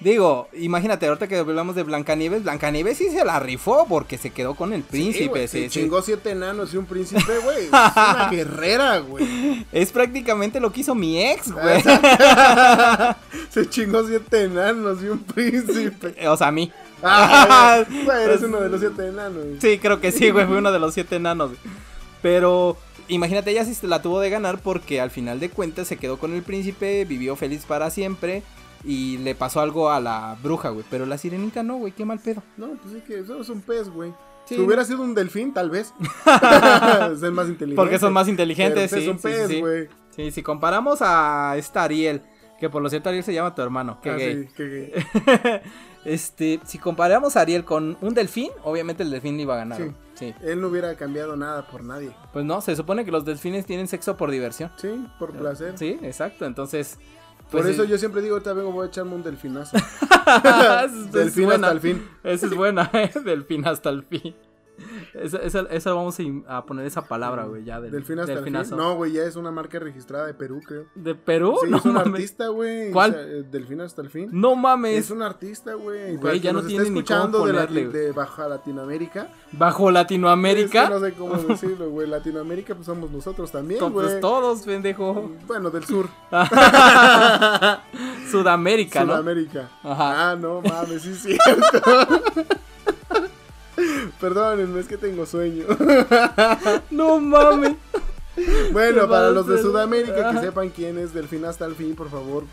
S1: Digo, imagínate, ahorita que hablamos de Blancanieves, Blancanieves sí se la rifó porque se quedó con el
S2: Sí, güey,
S1: príncipe.
S2: se
S1: sí, sí.
S2: chingó siete enanos y un príncipe, güey. Es una guerrera, güey.
S1: Es prácticamente lo que hizo mi ex, güey.
S2: Se chingó siete enanos y un príncipe.
S1: o sea, a mí.
S2: Ah, güey, eres uno de los siete enanos.
S1: Sí, creo que sí, güey, fue uno de los siete enanos. Pero imagínate, ella sí se la tuvo de ganar porque al final de cuentas se quedó con el príncipe, vivió feliz para siempre y le pasó algo a la bruja, güey. Pero la sirenita no, güey, qué mal pedo.
S2: No, pues es que eso es un pez, güey.
S1: Sí.
S2: Si hubiera sido un delfín, tal vez. es el más inteligente.
S1: Porque son más
S2: Pero,
S1: inteligentes,
S2: pues,
S1: sí.
S2: Es un
S1: sí, sí,
S2: pez,
S1: sí.
S2: güey.
S1: Sí, si comparamos a esta Ariel, que por lo cierto Ariel se llama tu hermano, que
S2: Ah,
S1: gay.
S2: sí, qué gay.
S1: Este, si comparamos a Ariel con un delfín, obviamente el delfín le iba a ganar.
S2: Sí.
S1: güey. sí.
S2: Él no hubiera cambiado nada por nadie.
S1: Pues no, se supone que los delfines tienen sexo por diversión.
S2: Sí, por placer.
S1: Sí, exacto. Entonces.
S2: por
S1: pues,
S2: eso
S1: eh,
S2: yo siempre digo, ahorita vengo, voy a echarme un delfinazo.
S1: Esa Ah, es
S2: Delfín
S1: buena.
S2: hasta el fin.
S1: Esa es buena, ¿eh? Delfín hasta el fin. Esa, esa- esa vamos a in- a poner esa palabra, güey, ya. del-
S2: delfín hasta el
S1: delfinazo.
S2: fin. No, güey, ya es una marca registrada de Perú, creo.
S1: ¿De Perú?
S2: sí,
S1: Uh, no,
S2: es un
S1: mames.
S2: artista, güey.
S1: ¿Cuál?
S2: O sea, eh, delfín hasta el fin.
S1: no mames.
S2: Es un artista, güey.
S1: Güey,
S2: Para
S1: ya
S2: quien
S1: no
S2: nos
S1: tiene
S2: está
S1: ni cómo
S2: escuchando de, la-
S1: ponerle, güey.
S2: de Baja Latinoamérica.
S1: Bajo Latinoamérica.
S2: Es que no sé cómo decirlo, güey. Latinoamérica, pues somos nosotros también,
S1: to- pues
S2: güey.
S1: todos, pendejo.
S2: Bueno, del sur.
S1: Sudamérica, ¿no?
S2: Sudamérica.
S1: Ajá.
S2: Ah, no mames, sí es cierto. Perdónenme, es que tengo sueño.
S1: No mames.
S2: Bueno,
S1: Te
S2: para
S1: vas
S2: los de
S1: del-
S2: Sudamérica
S1: Ajá.
S2: que sepan quién es Delfín hasta el fin, por favor,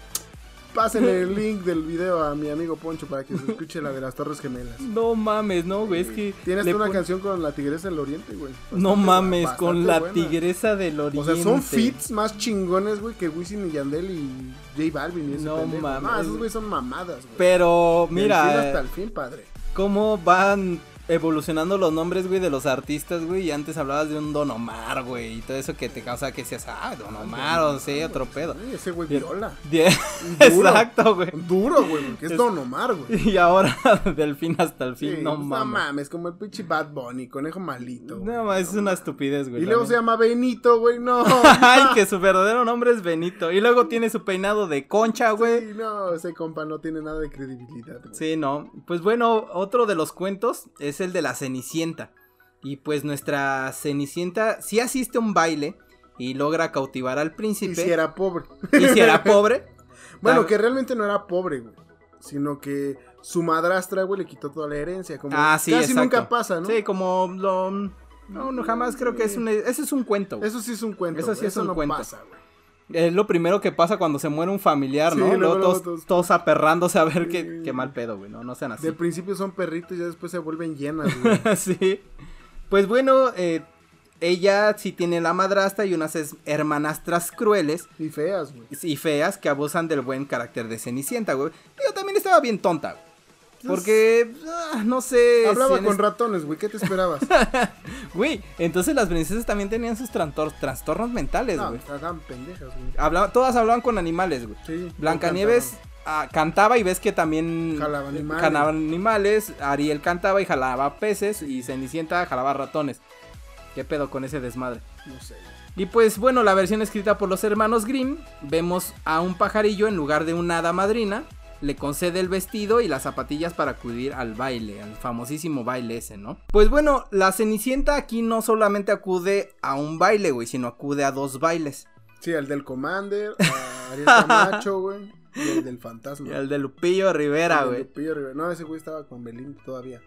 S2: pásenle el link del video a mi amigo Poncho para que se escuche la de las Torres Gemelas.
S1: No mames, no, güey. Es que.
S2: Tienes
S1: le
S2: tú una
S1: pon-
S2: canción con la Tigresa del Oriente, güey.
S1: No
S2: Bastante
S1: mames,
S2: buena,
S1: con
S2: bastante
S1: la
S2: buena.
S1: tigresa del
S2: O
S1: oriente.
S2: sea, son fits más chingones, güey, que Wisin y Yandel y J Balvin y ese
S1: No
S2: pendejo.
S1: mames.
S2: No, esos güey son mamadas, güey.
S1: Pero
S2: Delfín hasta
S1: mira,
S2: el fin, padre.
S1: cómo van evolucionando los nombres, güey, de los artistas, güey. Y antes hablabas de un Don Omar, güey. Y todo eso que te causa que seas, ah, Don Omar, o sea, otro pedo.
S2: Sí, ese güey viola.
S1: Die-
S2: Duro.
S1: Exacto, güey.
S2: Duro, güey, porque es
S1: Es-
S2: Don Omar, güey.
S1: Y ahora, del fin hasta el fin,
S2: Sí,
S1: no
S2: pues,
S1: mames.
S2: como el pinche Bad Bunny, conejo malito. güey.
S1: No, ma, es una estupidez, güey.
S2: y luego se
S1: también.
S2: llama Benito, güey, no.
S1: Ay, que su verdadero nombre es Benito. Y luego tiene su peinado de concha, güey.
S2: Sí, no, ese compa no tiene nada de credibilidad, güey.
S1: Sí, no. Pues bueno, otro de los cuentos es el de la Cenicienta. Y pues nuestra Cenicienta sí asiste a un baile y logra cautivar al príncipe.
S2: Y si era pobre.
S1: Y si era pobre.
S2: Bueno,
S1: Tal-
S2: que realmente no era pobre, güey. Sino que su madrastra, güey, le quitó toda la herencia. Como
S1: Ah, sí,
S2: casi
S1: exacto.
S2: nunca pasa, ¿no?
S1: Sí, como lo... No, no, jamás creo que es un... Ese es un cuento. güey.
S2: Eso sí es un cuento.
S1: Eso sí
S2: güey,
S1: es un
S2: no
S1: cuento.
S2: pasa, güey.
S1: Es lo primero que pasa cuando se muere un familiar,
S2: Sí,
S1: ¿no?
S2: luego,
S1: Luego
S2: luego
S1: todos,
S2: todos-
S1: todos aperrándose a ver qué,
S2: Sí.
S1: qué mal pedo, güey. No, no sean así.
S2: De principio son perritos y ya después se vuelven llenas, güey.
S1: sí. Pues bueno, eh, ella sí tiene la madrastra y unas es- hermanastras crueles
S2: y feas, güey.
S1: y feas que abusan del buen carácter de Cenicienta, güey. Yo también estaba bien tonta, güey. Porque, ah, no sé.
S2: Hablaba
S1: si en
S2: con
S1: este-
S2: ratones, güey. ¿Qué te esperabas?
S1: Güey, entonces las princesas también tenían sus trantor- trastornos mentales,
S2: no,
S1: güey.
S2: hagan pendejas, güey.
S1: Hablaba- todas hablaban con animales, güey.
S2: Sí,
S1: Blancanieves
S2: cantaban.
S1: ah, cantaba y ves que también
S2: Jalaba animales.
S1: jalaban animales, Ariel cantaba y jalaba peces y Cenicienta jalaba ratones. ¿Qué pedo con ese desmadre?
S2: No sé.
S1: Y pues bueno, la versión escrita por los hermanos Grimm, vemos a un pajarillo en lugar de una hada madrina, le concede el vestido y las zapatillas para acudir al baile, al famosísimo baile ese, ¿no? Pues bueno, la Cenicienta aquí no solamente acude a un baile, güey, sino acude a dos bailes.
S2: Sí, el del Commander, a Ariel Camacho, güey. Y el del fantasma.
S1: Y el de Lupillo Rivera,
S2: El de
S1: güey.
S2: Lupillo Rivera. No, ese güey estaba con Belinda todavía.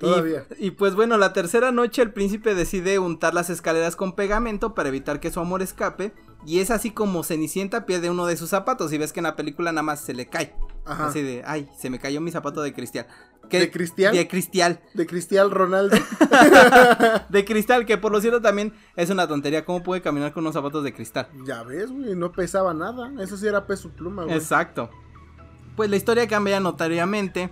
S2: Todavía.
S1: Y, y, pues bueno, la tercera noche el príncipe decide untar las escaleras con pegamento para evitar que su amor escape. Y es así como Cenicienta pierde uno de sus zapatos. Y ves que en la película nada más se le cae.
S2: Ajá.
S1: pues, Así de, ay, se me cayó mi zapato de cristal.
S2: ¿De cristal?
S1: De cristal.
S2: De Cristian Ronaldo.
S1: De cristal, que por lo cierto también es una tontería. ¿Cómo puede caminar con unos zapatos de cristal?
S2: ya ves, güey, no pesaba nada. Eso sí era peso pluma, güey.
S1: Exacto. Pues la historia cambia notoriamente,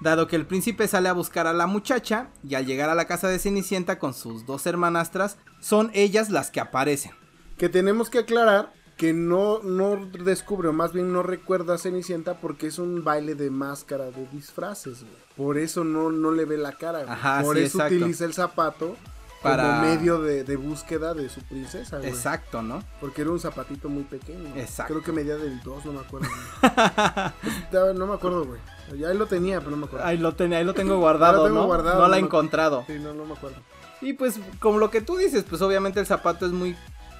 S1: dado que el príncipe sale a buscar a la muchacha y al llegar a la casa de Cenicienta con sus dos hermanastras, son ellas las que aparecen.
S2: Que tenemos que aclarar que no, no descubre, o más bien no recuerda a Cenicienta porque es un baile de máscara, de disfraces, güey. Por eso no, no le ve la cara, güey.
S1: Ajá,
S2: Por
S1: sí,
S2: eso
S1: exacto.
S2: utiliza el zapato
S1: Para-
S2: como medio de, de búsqueda de su princesa, güey.
S1: Exacto, ¿no?
S2: Porque era un zapatito muy pequeño. güey.
S1: Exacto.
S2: Creo que medía del 2, no me acuerdo. güey. Estaba- no me acuerdo, güey. Ya ahí lo tenía, pero no me acuerdo.
S1: Ahí lo, ten- ahí lo tengo guardado,
S2: tengo
S1: ¿no?
S2: guardado,
S1: no la he
S2: no me-
S1: encontrado.
S2: Sí, no, no me acuerdo.
S1: Y pues, como lo que tú dices, pues obviamente el zapato es muy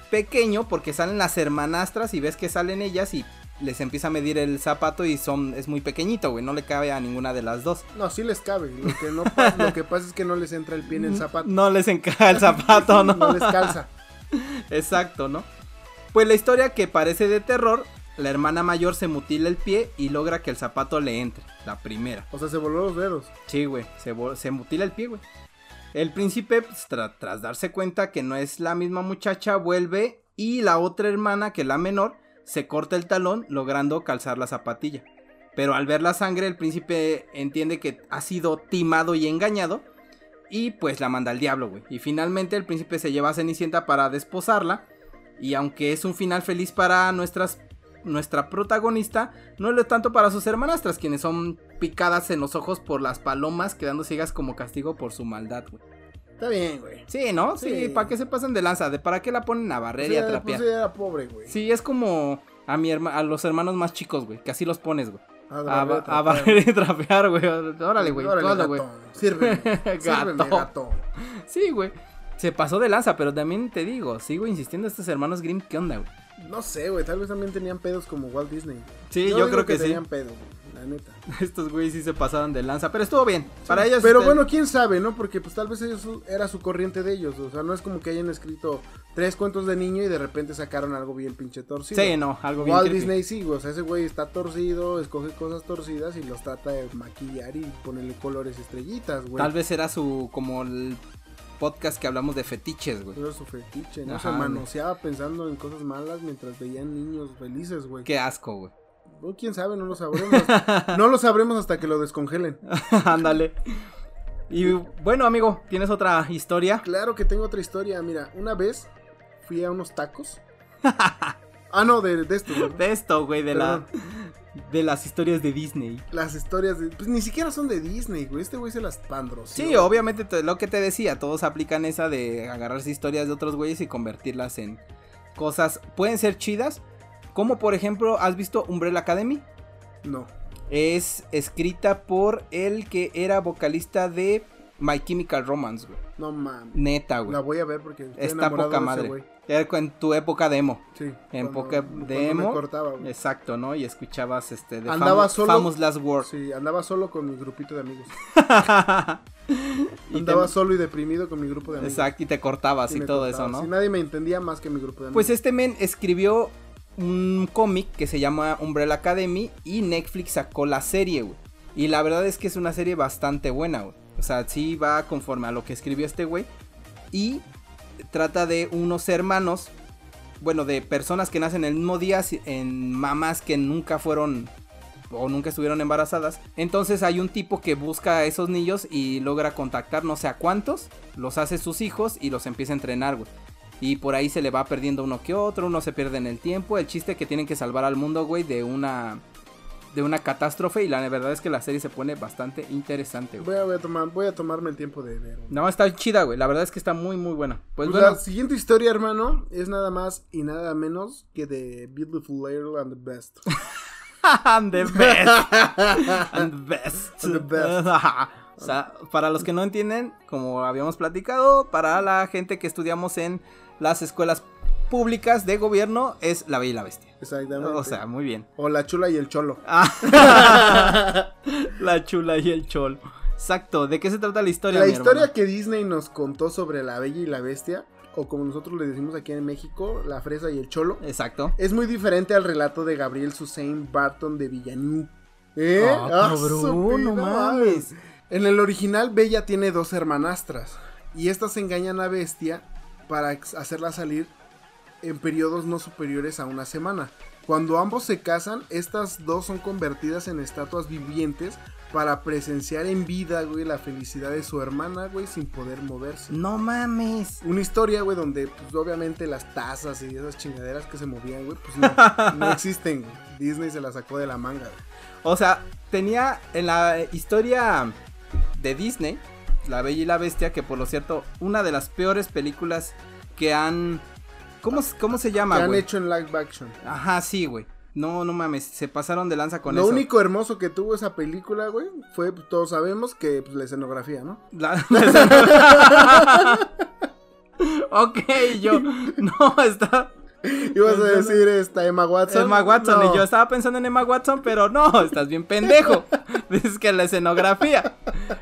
S1: pequeño porque salen las hermanastras y ves que salen ellas y les empieza a medir el zapato y son es muy pequeñito, güey, no le cabe a ninguna de las dos.
S2: No, sí les cabe. Lo que, no pa- lo que pasa es que no les entra el pie en el zapato.
S1: No les encaja el zapato, ¿no?
S2: No les calza.
S1: Exacto, ¿no? Pues la historia que parece de terror, la hermana mayor se mutila el pie y logra que el zapato le entre, la primera.
S2: O sea, se voló los dedos.
S1: Sí, güey, se, vo- se mutila el pie, güey. El príncipe, pues, tra- tras darse cuenta que no es la misma muchacha, vuelve y la otra hermana, que es la menor, se corta el talón logrando calzar la zapatilla. Pero al ver la sangre, el príncipe entiende que ha sido timado y engañado y pues la manda al diablo, güey. Y finalmente el príncipe se lleva a Cenicienta para desposarla. Y aunque es un final feliz para nuestras, nuestra protagonista, no lo es tanto para sus hermanastras, quienes son picadas en los ojos por las palomas, quedando ciegas como castigo por su maldad, güey.
S2: Está bien, güey.
S1: Sí, ¿no? Sí,
S2: Sí.
S1: ¿para qué se pasan de lanza? ¿De para qué la ponen a barrer y
S2: Pues
S1: a
S2: era,
S1: trapear?
S2: pues era pobre, güey.
S1: Sí, es como a, mi herma- a los hermanos más chicos, güey, que así los pones, güey.
S2: Ah,
S1: A,
S2: vale,
S1: ba- a
S2: trapear.
S1: barrer y trapear, güey. Órale, güey.
S2: Órale,
S1: todo, güey.
S2: gatón. Sírveme. Sírveme,
S1: Gato.
S2: gato.
S1: Sí, güey. Se pasó de lanza, pero también te digo, sigo insistiendo, estos hermanos Grimm, ¿qué onda, güey?
S2: No sé, güey. Tal vez también tenían pedos como Walt Disney.
S1: Sí, yo
S2: digo
S1: creo que sí.
S2: tenían pedos, güey. La neta.
S1: Estos güeyes sí se pasaron de lanza, pero estuvo bien. Para ellos.
S2: Pero
S1: eh,
S2: bueno, quién sabe, ¿no? Porque pues tal vez ellos su- era su corriente de ellos. O sea, no es como que hayan escrito tres cuentos de niño y de repente sacaron algo bien pinche torcido.
S1: Sí, no, algo bien.
S2: Walt
S1: creepy.
S2: Disney sí, güey, o sea, ese güey está torcido, escoge cosas torcidas y los trata de maquillar y ponerle colores estrellitas, güey.
S1: Tal vez era su. como el podcast que hablamos de fetiches, güey.
S2: Era su fetiche, ¿no?
S1: Ajá,
S2: se
S1: güey.
S2: manoseaba pensando en cosas malas mientras veían niños felices, güey. Oh,
S1: Qué asco, güey.
S2: Uy, quién sabe, no lo sabremos. no lo sabremos hasta que lo descongelen.
S1: Ándale. Y bueno, amigo, ¿tienes otra historia?
S2: Claro que tengo otra historia. Mira, una vez fui a unos tacos. ah, no, de, de esto. ¿no?
S1: De esto, güey, de, la, de las historias de Disney.
S2: Las historias de. Pues ni siquiera son de Disney, güey. Este güey se las pandros.
S1: Sí, obviamente te- lo que te decía, todos aplican esa de agarrarse historias de otros güeyes y convertirlas en cosas. Pueden ser chidas, como por ejemplo, ¿has visto Umbrella Academy?
S2: No.
S1: Es escrita por el que era vocalista de My Chemical Romance, güey.
S2: No mames.
S1: Neta,
S2: La
S1: güey.
S2: voy a ver porque estoy
S1: Está
S2: enamorado
S1: poca
S2: de ese
S1: madre.
S2: güey.
S1: Era en tu época de emo.
S2: Sí.
S1: En
S2: cuando-
S1: poca Eh,
S2: cuando
S1: de
S2: me
S1: emo.
S2: cortaba, güey.
S1: Exacto, ¿no? Y escuchabas este de
S2: Andaba
S1: Famous,
S2: solo-
S1: Famous Last Word.
S2: Sí, andaba solo con mi grupito de amigos.
S1: Y te-
S2: Andaba solo y deprimido con mi grupo de amigos.
S1: Exacto, y te cortabas y,
S2: me
S1: todo
S2: cortaba.
S1: eso, ¿no?
S2: Sí, nadie me entendía más que mi grupo de amigos.
S1: Pues este men escribió un cómic que se llama Umbrella Academy y Netflix sacó la serie, güey. Y la verdad es que es una serie bastante buena, güey. O sea, sí va conforme a lo que escribió este güey. Y trata de unos hermanos, bueno, de personas que nacen el mismo día, si- en mamás que nunca fueron o nunca estuvieron embarazadas. Entonces hay un tipo que busca a esos niños y logra contactar no sé a cuántos, los hace sus hijos y los empieza a entrenar, güey. Y por ahí se le va perdiendo uno que otro, uno se pierde en el tiempo. El chiste que tienen que salvar al mundo, güey, de una de una catástrofe y la verdad es que la serie se pone bastante interesante, güey.
S2: Voy a, voy a tomar, voy a tomarme el tiempo de ver. güey.
S1: No, está chida, güey. La verdad es que está muy muy buena. Pues
S2: Pues
S1: bueno,
S2: La siguiente historia, hermano, es nada más y nada menos que de Beautiful Layer and the Best.
S1: and the best. And best.
S2: And the best.
S1: o sea, para los que no entienden, como habíamos platicado, para la gente que estudiamos en las escuelas públicas de gobierno es La Bella y la Bestia.
S2: Exactamente.
S1: O sea, muy bien.
S2: O la chula y el cholo.
S1: Ah, la chula y el chol. Exacto, ¿de qué se trata la historia?
S2: La
S1: mi
S2: historia
S1: hermano?
S2: que Disney nos contó sobre la bella y la bestia, o como nosotros le decimos aquí en México, la fresa y el cholo,
S1: Exacto.
S2: es muy diferente al relato de Gabriel Susain Barton de Villanú. ¿Eh?
S1: Ah,
S2: ¡Ah,
S1: cabrón,
S2: su
S1: no
S2: vida,
S1: mames.
S2: En el original, Bella tiene dos hermanastras y estas engañan a Bestia para ex- hacerla salir en periodos no superiores a una semana. Cuando ambos se casan, estas dos son convertidas en estatuas vivientes para presenciar en vida, güey, la felicidad de su hermana, güey, sin poder moverse.
S1: No mames.
S2: Una historia, güey, donde pues, obviamente las tazas y esas chingaderas que se movían, güey, pues no, no existen. güey. Disney se las sacó de la manga. güey.
S1: O sea, tenía en la historia de Disney, La Bella y la Bestia, que por lo cierto, una de las peores películas que han... ¿Cómo, cómo se llama,
S2: Que han
S1: güey?
S2: hecho en live action.
S1: Ajá, sí, güey. No, no mames, se pasaron de lanza con
S2: lo
S1: eso.
S2: único hermoso que tuvo esa película, güey, fue, pues, todos sabemos que pues, la escenografía, ¿no?
S1: La- la- ok, yo... No, está...
S2: Ibas a decir esta Emma Watson.
S1: Emma Watson.
S2: No.
S1: Y yo estaba pensando en Emma Watson, pero no, estás bien pendejo. Dices que la escenografía.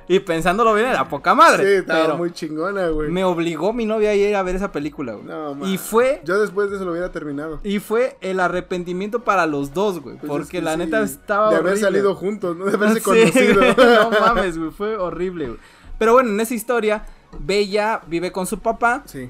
S1: Y pensándolo bien, era poca
S2: Sí,
S1: madre.
S2: estaba
S1: pero
S2: muy chingona, güey.
S1: me obligó mi novia a ir a ver esa película, güey.
S2: No, man.
S1: y fue.
S2: Yo después de eso lo hubiera terminado.
S1: Y fue el arrepentimiento para los dos, güey.
S2: Pues es
S1: porque
S2: que
S1: la
S2: sí,
S1: neta estaba.
S2: De haber
S1: horrible.
S2: salido juntos, ¿no? De haberse
S1: Sí,
S2: conocido.
S1: güey, no mames, güey. Fue horrible, güey. Pero bueno, en esa historia, Bella vive con su papá.
S2: Sí.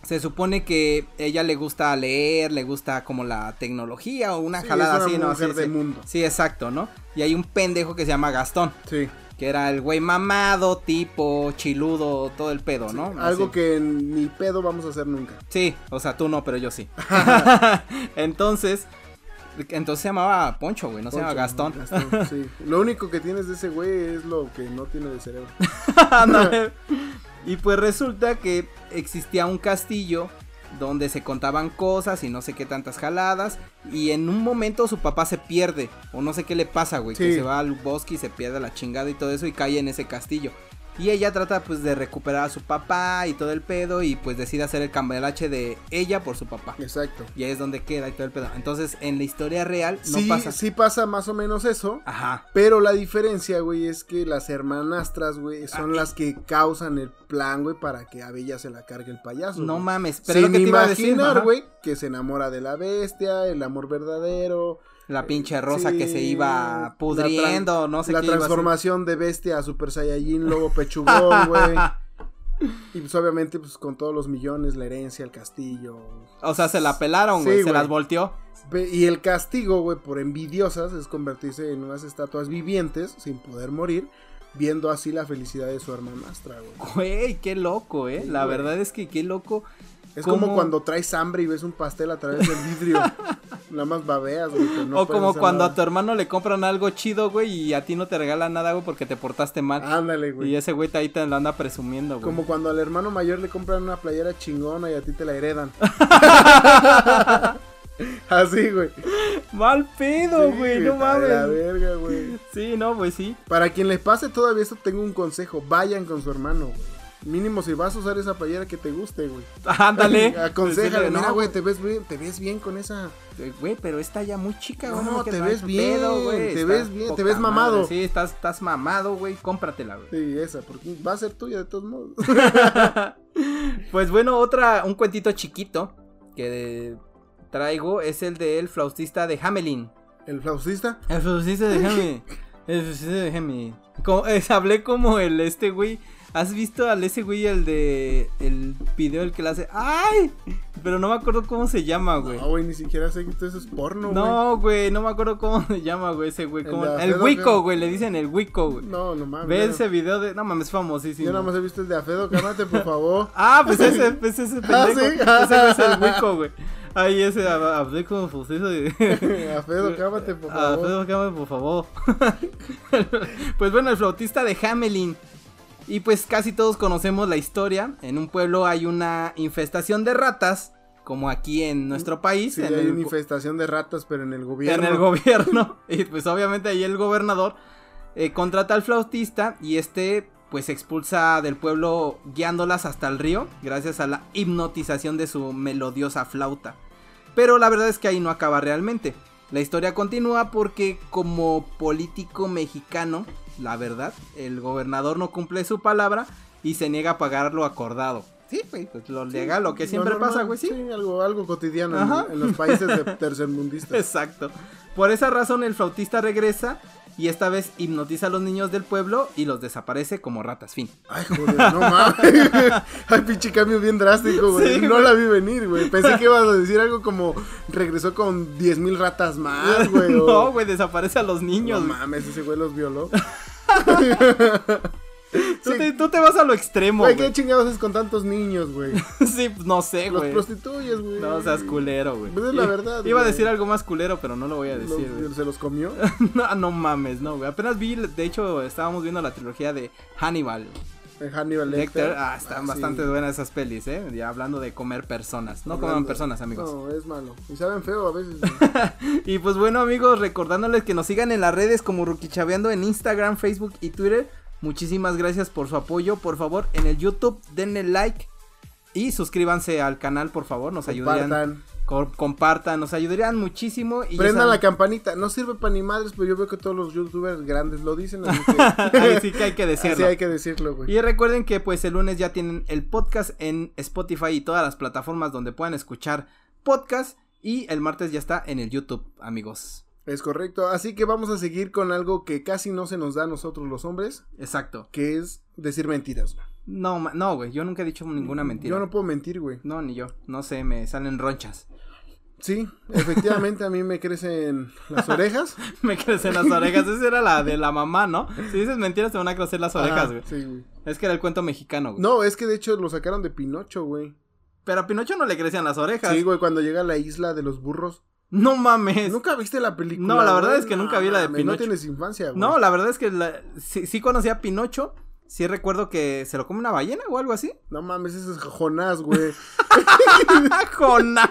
S1: Se supone que ella le gusta leer, le gusta como la tecnología o una
S2: Sí,
S1: jalada
S2: es una
S1: así, ¿no?
S2: mujer
S1: Sí,
S2: de
S1: sí.
S2: mundo.
S1: Sí, exacto, ¿no? Y hay un pendejo que se llama Gastón,
S2: Sí.
S1: que era el güey mamado, tipo, chiludo, todo el pedo, ¿no?
S2: Algo
S1: Así.
S2: que ni pedo vamos a hacer nunca.
S1: Sí, o sea, tú no, pero yo sí. entonces, entonces se llamaba Poncho, güey, no se
S2: Poncho,
S1: llamaba Gastón.
S2: Gastón, sí. Lo único que tienes de ese güey es lo que no tiene de cerebro.
S1: Ándale. y pues resulta que existía un castillo donde se contaban cosas y no sé qué tantas jaladas. Y en un momento su papá se pierde. O no sé qué le pasa, güey. Que
S2: Sí.
S1: se va al bosque y se pierde la chingada y todo eso y cae en ese castillo. Y ella trata pues de recuperar a su papá y todo el pedo. Y pues decide hacer el cambalache de ella por su papá.
S2: Exacto.
S1: Y ahí es donde queda y todo el pedo. Entonces en la historia real no
S2: sí,
S1: pasa.
S2: sí pasa más o menos eso.
S1: Ajá.
S2: Pero la diferencia, güey, es que las hermanastras, güey, son las que causan el plan, güey, para que a Bella se la cargue el payaso.
S1: No
S2: güey.
S1: mames. Pero es
S2: Sin
S1: lo que te iba a decir.
S2: imaginar,
S1: ajá.
S2: güey, que se enamora de la bestia, el amor verdadero.
S1: La pinche rosa que se
S2: sí,
S1: iba
S2: la
S1: pudriendo,
S2: tran-
S1: no sé
S2: La
S1: qué. iba a ser.
S2: transformación de bestia a Super Saiyajin, luego pechugón, güey. Y pues obviamente, pues con todos los millones, la herencia, el castillo.
S1: O sea, se la pelaron,
S2: Sí,
S1: güey. se
S2: güey.
S1: las volteó.
S2: Ve- Y el castigo, güey, por envidiosas es convertirse en unas estatuas vivientes sin poder morir viendo así la felicidad de su hermanastra, güey.
S1: Güey, qué loco, ¿eh?
S2: Sí,
S1: la
S2: güey.
S1: verdad es que qué loco.
S2: Es como
S1: cómo-
S2: cuando traes hambre y ves un pastel a través del vidrio. Nada más babeas, güey. pero no
S1: o como
S2: puedes hacer
S1: cuando a tu
S2: nada.
S1: hermano le compran algo chido, güey, y a ti no te regalan nada, güey, porque te portaste mal.
S2: Ándale,
S1: Y
S2: Ah, güey.
S1: ese güey te- ahí te lo anda presumiendo, güey.
S2: Como cuando al hermano mayor le compran una playera chingona y a ti te la heredan. Así, güey.
S1: Mal pedo,
S2: Sí,
S1: güey, no
S2: está de La
S1: mames.
S2: verga, güey.
S1: Sí, no, pues sí.
S2: Para quien les pase todavía esto, tengo un consejo. Vayan con su hermano, güey. Mínimo si vas a usar esa playera que te guste, güey.
S1: Ándale.
S2: Aconsejale,
S1: Decirle,
S2: mira,
S1: no,
S2: güey, te ves bien, te ves bien con esa.
S1: Eh, Güey, pero está ya muy chica, güey.
S2: No,
S1: me
S2: te
S1: queda
S2: ves
S1: mal
S2: bien,
S1: güey,
S2: te
S1: está
S2: ves bien, te
S1: poca
S2: ves mamado.
S1: madre, Sí, estás, estás mamado, güey. Cómpratela, güey.
S2: Sí, esa, porque va a ser tuya de todos modos.
S1: Pues bueno, otra, un cuentito chiquito que traigo es el del flautista de Hamelin.
S2: El flautista.
S1: El flautista de Hamelin. El flautista de Hamelin. Como- es- hablé como el este güey. ¿Has visto al ese güey, el de. el video, el que le hace. ¡Ay! Pero no me acuerdo cómo se llama, güey.
S2: No, güey, ni siquiera sé que todo eso es porno, güey.
S1: No, güey, no me acuerdo cómo se llama, güey, ese güey.
S2: El
S1: cómo-
S2: de
S1: El,
S2: Alfredo
S1: Wico,
S2: Adame.
S1: güey, le dicen el Wico, güey.
S2: No, no mames.
S1: Ve
S2: yo no-
S1: ese video de. No mames, famosísimo.
S2: Ah, Yo nada más he visto el de Afedo, cálmate, por favor.
S1: Ah, pues ese, pues ese pendejo.
S2: Ah, ¿sí?
S1: Ese güey es el Wico, güey. Ahí ese, ha- hablé con el fusista de.
S2: Afedo, cálmate, por
S1: Ah,
S2: favor.
S1: Pedro Campbell, por favor. pues bueno, el flautista de Hamelin. Y pues casi todos conocemos la historia. En un pueblo hay una infestación de ratas, como aquí en nuestro país.
S2: Sí,
S1: en
S2: hay
S1: el
S2: una
S1: go-
S2: infestación de ratas, pero en el
S1: en
S2: gobierno.
S1: el gobierno. Y pues obviamente ahí el gobernador eh, contrata al flautista y este pues expulsa del pueblo guiándolas hasta el río gracias a la hipnotización de su melodiosa flauta. Pero la verdad es que ahí no acaba realmente. La historia continúa porque como político mexicano, la verdad, el gobernador no cumple su palabra y se niega a pagar lo acordado. Sí, güey, pues lo legal, lo que
S2: Lo
S1: siempre
S2: normal,
S1: pasa, güey, sí.
S2: algo, algo cotidiano
S1: Ajá.
S2: en, en los países de tercermundistas.
S1: Exacto. Por esa razón el flautista regresa y esta vez hipnotiza a los niños del pueblo y los desaparece como ratas. Fin.
S2: Ay, joder, no mames. Ay, pinche cambio bien drástico, güey.
S1: Sí,
S2: no
S1: güey.
S2: la vi venir, güey. Pensé que ibas a decir algo como regresó con 10 mil ratas más, güey. o-
S1: no, güey, desaparece a los niños.
S2: No
S1: güey.
S2: mames, ese güey los violó.
S1: tú, te, tú te vas a lo extremo,
S2: Güey,
S1: güey.
S2: ¿qué chingados haces con tantos niños, güey?
S1: sí, pues, no sé,
S2: Los
S1: güey.
S2: prostituyes, güey.
S1: No seas culero, güey.
S2: Pues es la verdad,
S1: Iba a
S2: güey.
S1: decir algo más culero, pero no lo voy a
S2: Los-
S1: decir, güey.
S2: ¿Se los comió?
S1: no, no mames, no, güey. Apenas vi, de hecho, estábamos viendo la trilogía de Hannibal.
S2: El Eh, Hannibal
S1: Lecter.
S2: Lecter.
S1: Ah, están
S2: sí.
S1: bastante buenas esas pelis, ¿eh? Ya hablando de comer personas. No coman
S2: Hablando-
S1: personas, amigos.
S2: No, es malo. Y saben feo a veces.
S1: Y pues bueno amigos, recordándoles que nos sigan en las redes como Rukichaveando en Instagram, Facebook y Twitter. Muchísimas gracias por su apoyo. Por favor, en el YouTube denle like y suscríbanse al canal, por favor. Nos ayudarían.
S2: Compartan.
S1: co- compartan, nos ayudarían muchísimo. Y ya
S2: Prendan la
S1: saben-
S2: campanita. No sirve para ni madres, pero yo veo que todos los youtubers grandes lo dicen. Así que,
S1: Ahí sí que hay que decirlo.
S2: así hay que decirlo, güey.
S1: Y recuerden que pues el lunes ya tienen el podcast en Spotify y todas las plataformas donde puedan escuchar podcast. Y el martes ya está en el YouTube, amigos.
S2: Es correcto. Así que vamos a seguir con algo que casi no se nos da a nosotros los hombres,
S1: Exacto.
S2: que es decir mentiras. güey.
S1: No, ma- no, güey, yo nunca he dicho ninguna mentira.
S2: Yo no puedo mentir, güey.
S1: No, ni yo. No sé, me salen ronchas.
S2: Sí, efectivamente a mí me crecen las orejas.
S1: Me crecen las orejas. Esa era la de la mamá, ¿no? Si dices mentiras, te van a crecer las orejas,
S2: Ah,
S1: güey.
S2: sí, güey.
S1: Es que era el cuento mexicano, güey.
S2: No, es que de hecho lo sacaron de Pinocho, güey.
S1: Pero a Pinocho no le crecían las orejas.
S2: Sí, güey, cuando llega a la isla de los burros.
S1: No mames.
S2: ¿Nunca viste la película?
S1: No, la verdad
S2: güey?
S1: es que nunca vi la de
S2: mames, No
S1: Pinocho.
S2: tienes infancia, güey.
S1: No, la verdad es que la- sí, sí conocía a Pinocho. Sí recuerdo que se lo come una ballena o algo así.
S2: No mames, ese es Jonás, güey.
S1: ¡Ah, ¡Jonás!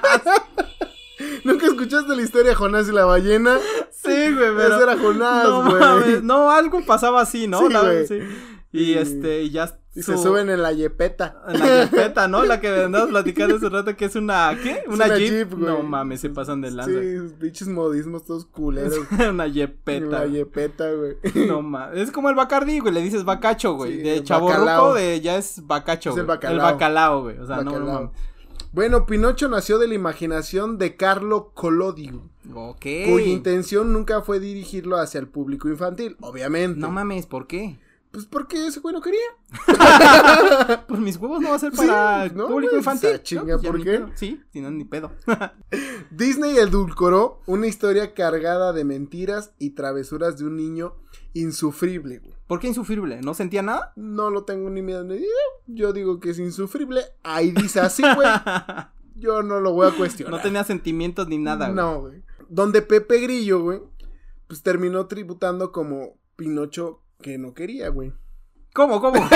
S2: ¿Nunca escuchaste la historia de Jonás y la ballena?
S1: Sí, güey, pero...
S2: Ese era Jonás,
S1: no
S2: güey.
S1: mames. No, algo pasaba así, ¿no?
S2: Sí,
S1: La-
S2: güey.
S1: sí. Y
S2: Y-
S1: este, y ya...
S2: Y
S1: su-
S2: se suben en la yepeta.
S1: En la carpeta, ¿no? La que andabas platicando hace rato que es una... ¿Qué? Una,
S2: una
S1: Jeep.
S2: Jeep, güey.
S1: no mames, se pasan de lanza.
S2: Sí, pinches modismos todos culeros.
S1: una
S2: La
S1: yepeta.
S2: yepeta, güey.
S1: No mames. Es como el bacardí, güey. Le dices bacacho, güey.
S2: Sí,
S1: de
S2: el
S1: chaborruco,
S2: bacalao.
S1: de ya es bacacho.
S2: Es el
S1: güey.
S2: bacalao.
S1: bacalao, güey. O sea, no, no
S2: Bacalao.
S1: mames.
S2: Bueno, Pinocho nació de la imaginación de Carlo Collodi,
S1: Ok.
S2: cuya intención nunca fue dirigirlo hacia el público infantil, obviamente.
S1: No mames, ¿por qué?
S2: Pues porque ese güey no quería.
S1: Pues mis huevos no va a ser
S2: Sí,
S1: para el
S2: no,
S1: público
S2: güey,
S1: infantil.
S2: o sea, chinga,
S1: No, pues ya
S2: ¿por
S1: ni
S2: qué?
S1: pedo. Sí, si no, ni pedo.
S2: Disney edulcoró una historia cargada de mentiras y travesuras de un niño insufrible, güey.
S1: ¿Por qué insufrible? ¿No sentía nada?
S2: No lo tengo ni idea. Yo digo que es insufrible. Ahí dice así, güey. Yo no lo voy a cuestionar.
S1: No tenía sentimientos ni nada, güey.
S2: No, güey. Donde Pepe Grillo, güey, pues terminó tributando como Pinocho que no quería, güey.
S1: ¿Cómo, cómo?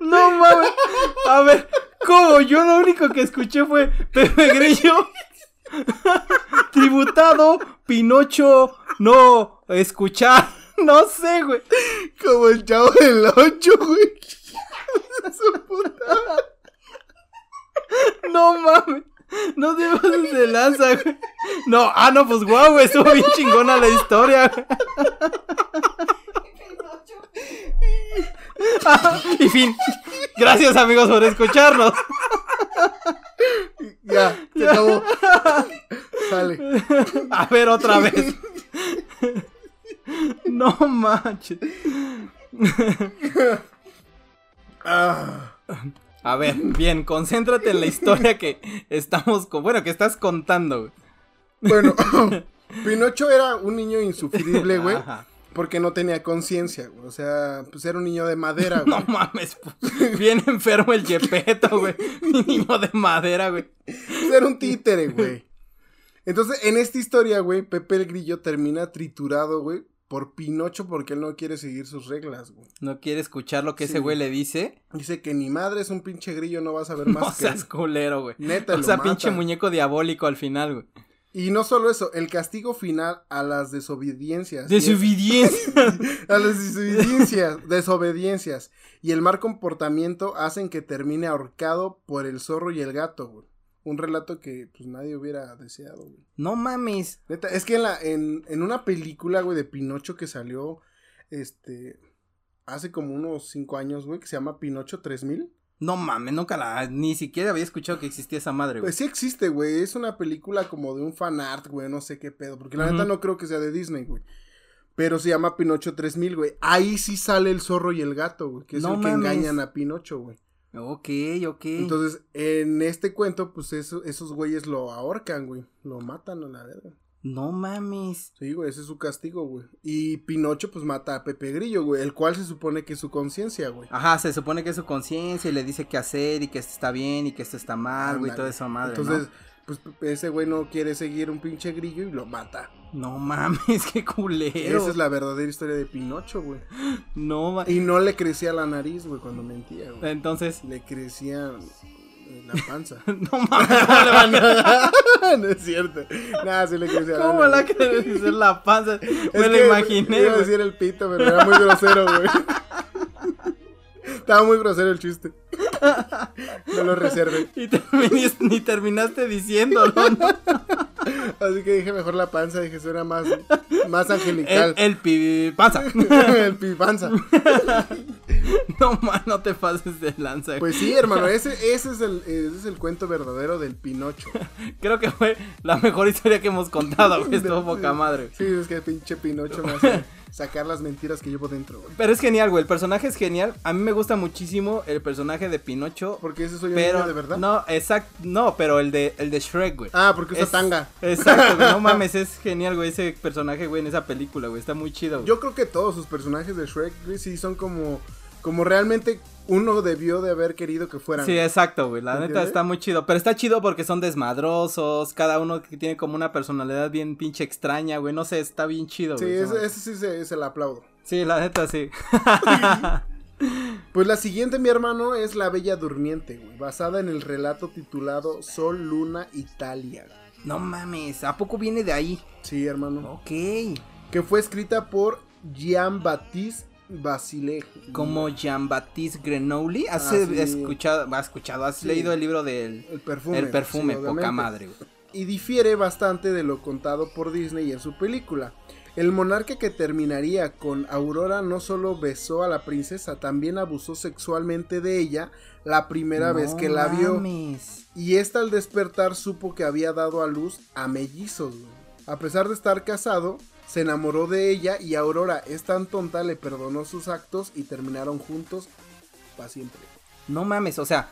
S1: no mames. A ver, ¿cómo? Yo lo único que escuché fue Pepe Grillo. Tributado, Pinocho, no escuchar. No sé, güey.
S2: Como el chavo del 8, güey. Su puta.
S1: No mames. No te pases de lanza, güey. No, ah, no, pues guau, güey. Estuvo bien chingona la historia, güey. Ah, y fin. Gracias, amigos, por escucharnos.
S2: Ya, se acabó. Sale.
S1: A ver, otra vez. No manches.
S2: Ah,
S1: A ver, bien, concéntrate en la historia que estamos con. Bueno, que estás contando, güey.
S2: bueno, Pinocho era un niño insufrible, güey.
S1: Ajá.
S2: Porque no tenía conciencia, güey. O sea, pues era un niño de madera, güey.
S1: No mames, pu- bien enfermo el Yepeto, güey. Niño de madera, güey.
S2: Pues era un títere, güey. Entonces, en esta historia, güey, Pepe el Grillo termina triturado, güey, por Pinocho porque él no quiere seguir sus reglas, güey.
S1: No quiere escuchar lo que
S2: Sí.
S1: ese güey le dice.
S2: Dice que ni madre es un pinche grillo, no vas a ver
S1: No
S2: más que
S1: seas culero, güey.
S2: Neta,
S1: O
S2: lo
S1: sea,
S2: mata.
S1: pinche muñeco diabólico al final, güey.
S2: Y no solo eso, el castigo final a las desobediencias. y es-
S1: Desobediencia.
S2: A las desobediencias, desobediencias y el mal comportamiento hacen que termine ahorcado por el zorro y el gato, güey. Un relato que pues nadie hubiera deseado, güey.
S1: No mames.
S2: Neta, es que en, la, en, en una película, güey, de Pinocho que salió, este, hace como unos cinco años, güey, que se llama Pinocho 3000.
S1: No mames, nunca la. Ni siquiera había escuchado que existía esa madre, güey.
S2: Pues sí existe, güey, es una película como de un fanart, güey, no sé qué pedo, porque la
S1: Ujú.
S2: neta no creo que sea de Disney, güey. Pero se llama Pinocho 3000, güey. Ahí sí sale el zorro y el gato, güey, que es
S1: No
S2: el que
S1: mames.
S2: engañan a Pinocho, güey.
S1: Ok, ok.
S2: Entonces, en este cuento, pues eso- esos güeyes lo ahorcan, güey, lo matan a la verga.
S1: No mames.
S2: Sí, güey, ese es su castigo, güey. Y Pinocho, pues, mata a Pepe Grillo, güey, el cual se supone que es su conciencia, güey.
S1: Ajá, se supone que es su conciencia y le dice qué hacer y que esto está bien y que esto está mal, güey, y
S2: Ándale.
S1: toda esa madre.
S2: Entonces,
S1: Entonces,
S2: pues, Pepe- ese güey no quiere seguir un pinche grillo y lo mata.
S1: ¿no? No mames, qué culero.
S2: Esa es la verdadera historia de Pinocho, güey.
S1: No mames.
S2: Y no le crecía la nariz, güey, cuando mentía, güey.
S1: Entonces,
S2: Le crecía eh, la panza.
S1: no mames, ¿cómo le van a-
S2: no es cierto. Nada, sí le crecía la
S1: ¿Cómo la
S2: nariz.
S1: quieres decir la panza?
S2: Es
S1: Me la
S2: que
S1: imaginé,
S2: Iba a
S1: güey.
S2: decir el pito, pero era muy grosero, güey. Estaba muy grosero el chiste. No lo reservé.
S1: Y terminis- ni terminaste diciéndolo, ¿no?
S2: Así que dije mejor la panza, dije suena más, más angelical.
S1: El, el pi- panza.
S2: El pipanza.
S1: No, man, no te pases de lanza. güey.
S2: Pues sí, hermano, ese, ese, es el, ese es el cuento verdadero del Pinocho.
S1: Creo que fue la mejor historia que hemos contado, güey. Estuvo poca madre.
S2: Sí, es que pinche Pinocho me hace sacar las mentiras que llevo dentro, güey.
S1: Pero es genial, güey. El personaje es genial. A mí me gusta muchísimo el personaje de Pinocho.
S2: Porque ese soy un
S1: Pero.
S2: niño de verdad.
S1: No, exacto. No, pero el de, el de Shrek, güey.
S2: Ah, porque usa
S1: Es-
S2: tanga.
S1: Exacto, güey, no mames, es genial, güey, ese personaje, güey, en esa película, güey, está muy chido, güey.
S2: Yo creo que todos sus personajes de Shrek, güey, sí son como, como realmente uno debió de haber querido que fueran.
S1: Sí,
S2: güey.
S1: exacto, güey, la neta
S2: ¿Entiendes?
S1: está muy chido, pero está chido porque son desmadrosos, cada uno que tiene como una personalidad bien pinche extraña, güey, no sé, está bien chido,
S2: Sí,
S1: güey. esa
S2: ese,
S1: madre.
S2: ese sí se, se la aplaudo.
S1: Sí, la neta, sí.
S2: Pues la siguiente, mi hermano, es La Bella Durmiente, güey, basada en el relato titulado Sol, Luna, Italia.
S1: No mames, ¿a poco viene de ahí?
S2: Sí, hermano.
S1: Ok.
S2: Que fue escrita por Jean-Baptiste Basile.
S1: Como Jean-Baptiste Grenouli, ¿has
S2: Ah, sí.
S1: escuchado, has escuchado, has
S2: Sí.
S1: leído el libro del
S2: El perfume.
S1: el perfume,
S2: sí,
S1: poca
S2: obviamente.
S1: madre, güey.
S2: y difiere bastante de lo contado por Disney en su película. El monarca que terminaría con Aurora no solo besó a la princesa, también abusó sexualmente de ella la primera vez que la vio. Y esta al despertar supo que había dado a luz a mellizos. güey. A pesar de estar casado, se enamoró de ella y Aurora es tan tonta le perdonó sus actos y terminaron juntos para siempre.
S1: No mames, o sea,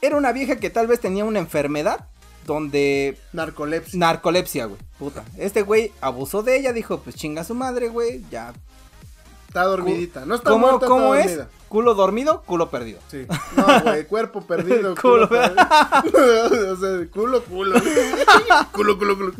S1: era una vieja que tal vez tenía una enfermedad, donde
S2: Narcolepsia.
S1: narcolepsia, güey. Puta. Este güey abusó de ella, dijo, pues chinga su madre, güey, ya.
S2: Está dormidita. No está
S1: ¿Cómo,
S2: muerta,
S1: cómo
S2: está
S1: es?
S2: dormida.
S1: Culo dormido, culo perdido.
S2: Sí. No, güey, cuerpo perdido.
S1: Culo.
S2: culo perdido. o sea, culo, culo. culo, culo, culo.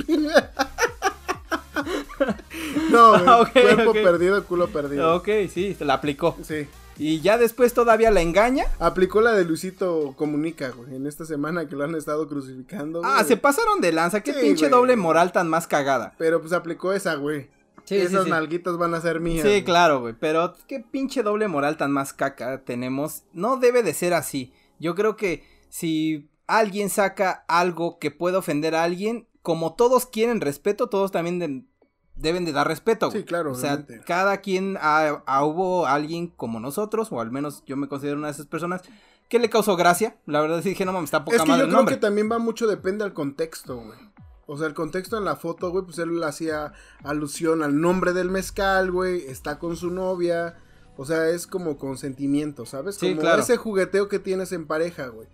S2: no, güey,
S1: Ah, ok,
S2: cuerpo
S1: ok.
S2: perdido, culo perdido.
S1: Ok, sí, se la aplicó.
S2: Sí.
S1: Y ya después todavía la engaña.
S2: Aplicó la de Luisito Comunica, güey, en esta semana que lo han estado crucificando.
S1: Ah,
S2: güey.
S1: se pasaron de lanza. Qué
S2: Sí,
S1: pinche
S2: güey.
S1: doble moral tan más cagada.
S2: Pero pues aplicó esa, güey.
S1: Sí,
S2: Esas
S1: sí, sí.
S2: nalguitas van a ser mías.
S1: Sí,
S2: güey.
S1: claro, güey. Pero qué pinche doble moral tan más caca tenemos. No debe de ser así. Yo creo que si alguien saca algo que pueda ofender a alguien, como todos quieren respeto, todos también de- deben de dar respeto.
S2: Sí,
S1: güey.
S2: claro,
S1: O sea,
S2: obviamente.
S1: cada quien ah, ah, hubo alguien como nosotros, o al menos yo me considero una de esas personas, que le causó gracia. La verdad sí dije, no mames, está poca
S2: Es que
S1: madre
S2: yo
S1: el
S2: creo
S1: nombre.
S2: que también va mucho, depende al contexto, güey. O sea, el contexto en la foto, güey, pues él hacía alusión al nombre del mezcal, güey, está con su novia. O sea, es como consentimiento, ¿sabes?
S1: Sí,
S2: como
S1: claro.
S2: ese jugueteo que tienes en pareja, güey.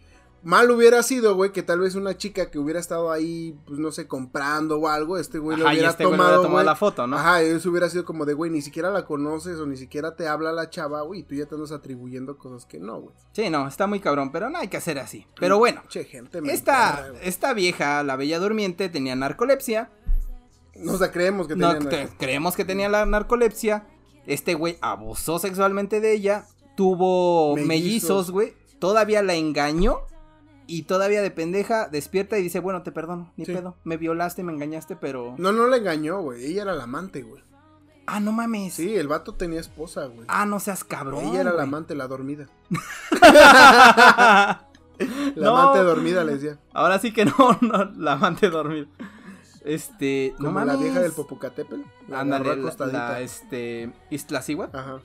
S2: Mal hubiera sido, güey, que tal vez una chica que hubiera estado ahí, pues no sé, comprando o algo, este güey lo
S1: Ajá, y
S2: hubiera
S1: este güey le
S2: tomado,
S1: hubiera tomado
S2: güey.
S1: la foto, ¿no?
S2: Ajá, eso hubiera sido como de, güey, ni siquiera la conoces o ni siquiera te habla la chava, güey, y tú ya te andas atribuyendo cosas que no, güey.
S1: Sí, no, está muy cabrón, pero no hay que hacer así. Pero bueno.
S2: Che, gente, mentada,
S1: Esta,
S2: güey.
S1: esta vieja, la bella durmiente, tenía narcolepsia.
S2: Nos la creemos que
S1: No,
S2: tenían
S1: te- creemos que tenía la narcolepsia. Este güey abusó sexualmente de ella. Tuvo
S2: Mellizos.
S1: mellizos, güey. Todavía la engañó. Y todavía de pendeja despierta y dice, bueno, te perdono, ni
S2: Sí.
S1: pedo. Me violaste, me engañaste, pero...
S2: No, no la engañó, güey. Ella era la amante, güey.
S1: Ah, no mames.
S2: Sí, el vato tenía esposa, güey.
S1: Ah, no seas cabrón.
S2: ella era la
S1: güey.
S2: amante, la dormida. La
S1: No.
S2: amante dormida le decía.
S1: Ahora sí que no, no, la amante dormida. Este,
S2: Como
S1: no mames.
S2: la vieja del Popocatépetl. La
S1: Ándale,
S2: agarró
S1: la,
S2: acostadita.
S1: la, este, Iztaccíhotl.
S2: Ajá.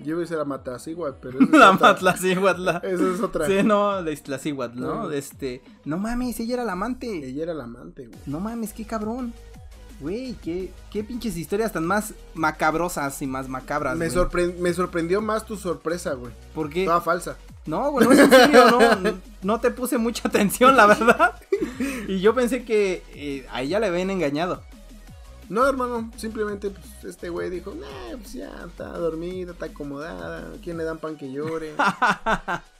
S2: Yo iba a decir la matasígua, pero esa es
S1: La
S2: otra.
S1: Matlacíhuatl.
S2: Esa es otra.
S1: Sí, no, la Iztaccíhuatl, ¿no?
S2: Ajá.
S1: Este, no mames, ella era la amante.
S2: Ella era la amante, güey.
S1: No mames, qué cabrón. Güey, qué, qué pinches historias tan más macabrosas y más macabras,
S2: Me, Ah.
S1: güey.
S2: sorpre- me sorprendió más tu sorpresa, güey.
S1: ¿Por qué?
S2: Toda falsa.
S1: No, güey, no es en serio, no, no te puse mucha atención, la verdad. Y yo pensé que eh, a ella le habían engañado.
S2: No, hermano, simplemente pues, este güey dijo, nah, pues ya, está dormida, está acomodada, ¿quién le dan pan que llore?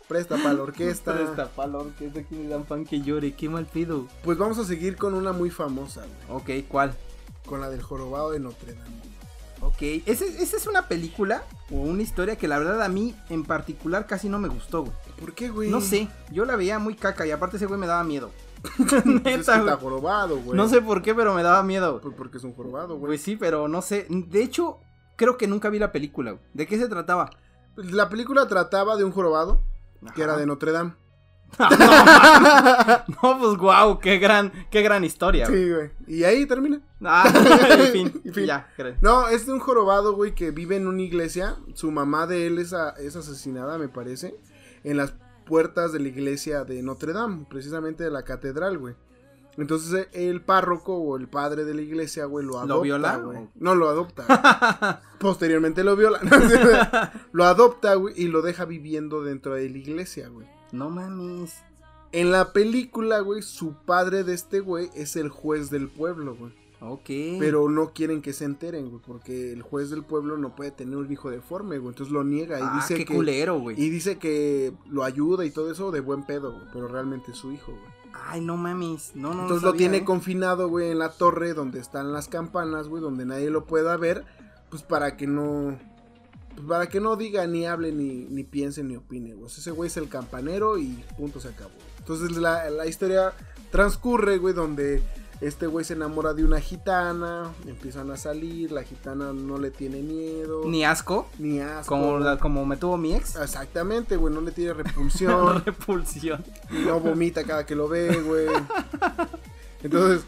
S2: Presta para la orquesta.
S1: Pero esta palor, que es de quien le dan pan que llore, qué mal pedo.
S2: Pues vamos a seguir con una muy famosa, güey,
S1: Ok, ¿cuál?
S2: con la del jorobado de Notre Dame.
S1: Ok, ese- esa es una película o una historia que la verdad a mí en particular casi no me gustó, güey.
S2: ¿Por qué, güey?
S1: No sé, yo la veía muy caca y aparte ese güey me daba miedo.
S2: Pues es que
S1: Neta,
S2: está
S1: güey.
S2: jorobado, güey.
S1: No sé por qué, pero me daba miedo.
S2: Pues porque es un jorobado, güey.
S1: Güey, sí, pero no sé. De hecho, creo que nunca vi la película. güey. ¿De qué se trataba?
S2: Pues La película trataba de un jorobado que era
S1: Ajá.
S2: de Notre Dame.
S1: No, pues guau, qué gran, qué gran historia. güey.
S2: Sí, güey. Y ahí termina.
S1: Ah, en fin,
S2: En fin.
S1: ya, creo.
S2: No, es de un jorobado, güey, que vive en una iglesia. Su mamá de él es, a- es asesinada, me parece, en las puertas de la iglesia de Notre Dame, precisamente de la catedral, güey. Entonces eh, el párroco o el padre de la iglesia, güey, lo adopta.
S1: viola?
S2: güey. No lo adopta. güey. Posteriormente lo viola. lo adopta, güey, y lo deja viviendo dentro de la iglesia, güey.
S1: No mames.
S2: En la película, güey, su padre de este güey es el juez del pueblo, güey.
S1: Ok.
S2: Pero no quieren que se enteren, güey, porque el juez del pueblo no puede tener un hijo deforme, güey. Entonces lo niega y
S1: ah,
S2: dice
S1: qué
S2: que
S1: culero, güey.
S2: y dice que lo ayuda y todo eso de buen pedo, güey, pero realmente es su hijo, güey.
S1: Ay, no mames. No, no, no
S2: Entonces lo
S1: sabía,
S2: tiene
S1: ¿eh?
S2: confinado, güey, en la torre donde están las campanas, güey, donde nadie lo pueda ver, pues para que no pues, para que no diga ni hable ni ni piense ni opine, güey. O sea, ese güey es el campanero y punto se acabó. Entonces la, la historia transcurre, güey, donde este güey se enamora de una gitana, empiezan a salir, la gitana no le tiene miedo,
S1: Ni asco.
S2: ni asco.
S1: Como, la- como me tuvo mi ex.
S2: Exactamente, güey, no le tiene repulsión.
S1: Repulsión.
S2: No vomita cada que lo ve, güey. Entonces,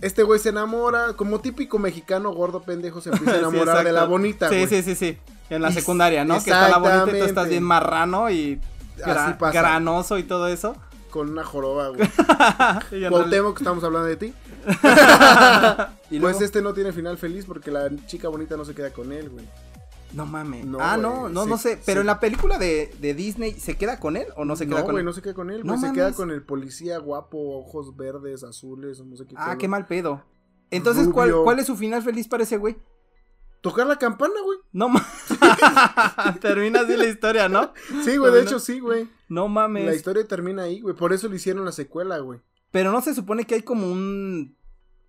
S2: este güey se enamora, como típico mexicano gordo pendejo, se empieza a
S1: Sí,
S2: enamorar de la
S1: exacto.
S2: bonita,
S1: Sí,
S2: güey.
S1: sí, sí, sí. En la
S2: Y-
S1: secundaria, ¿no? Que está la bonita y tú estás
S2: exactamente.
S1: bien marrano y gra-
S2: Así pasa.
S1: granoso y todo eso. Ah,
S2: Con una joroba, güey.
S1: Y en realidad-
S2: Cuauhtémoc, Pues que estamos hablando de ti.
S1: y luego-
S2: Pues este no tiene final feliz porque la chica bonita no se queda con él, güey.
S1: No mames.
S2: No,
S1: ah,
S2: güey,
S1: no, no,
S2: sí,
S1: no sé.
S2: sí.
S1: Pero en la película de, de Disney, ¿se queda con él o no se queda
S2: no,
S1: con
S2: güey,
S1: él?
S2: no se queda con él,
S1: No
S2: güey. se queda
S1: mames.
S2: con el policía guapo, ojos verdes, azules, no sé qué.
S1: ah,
S2: color.
S1: qué mal pedo. Entonces, ¿cuál,
S2: Rubio.
S1: ¿cuál es su final feliz para ese güey?
S2: Tocar la campana, güey.
S1: No mames. Termina así la historia, ¿no?
S2: Sí, güey,
S1: Terminó.
S2: de hecho sí, güey.
S1: No
S2: La
S1: mames.
S2: historia termina ahí, güey. Por eso le hicieron la secuela, güey.
S1: Pero no se supone que hay como un.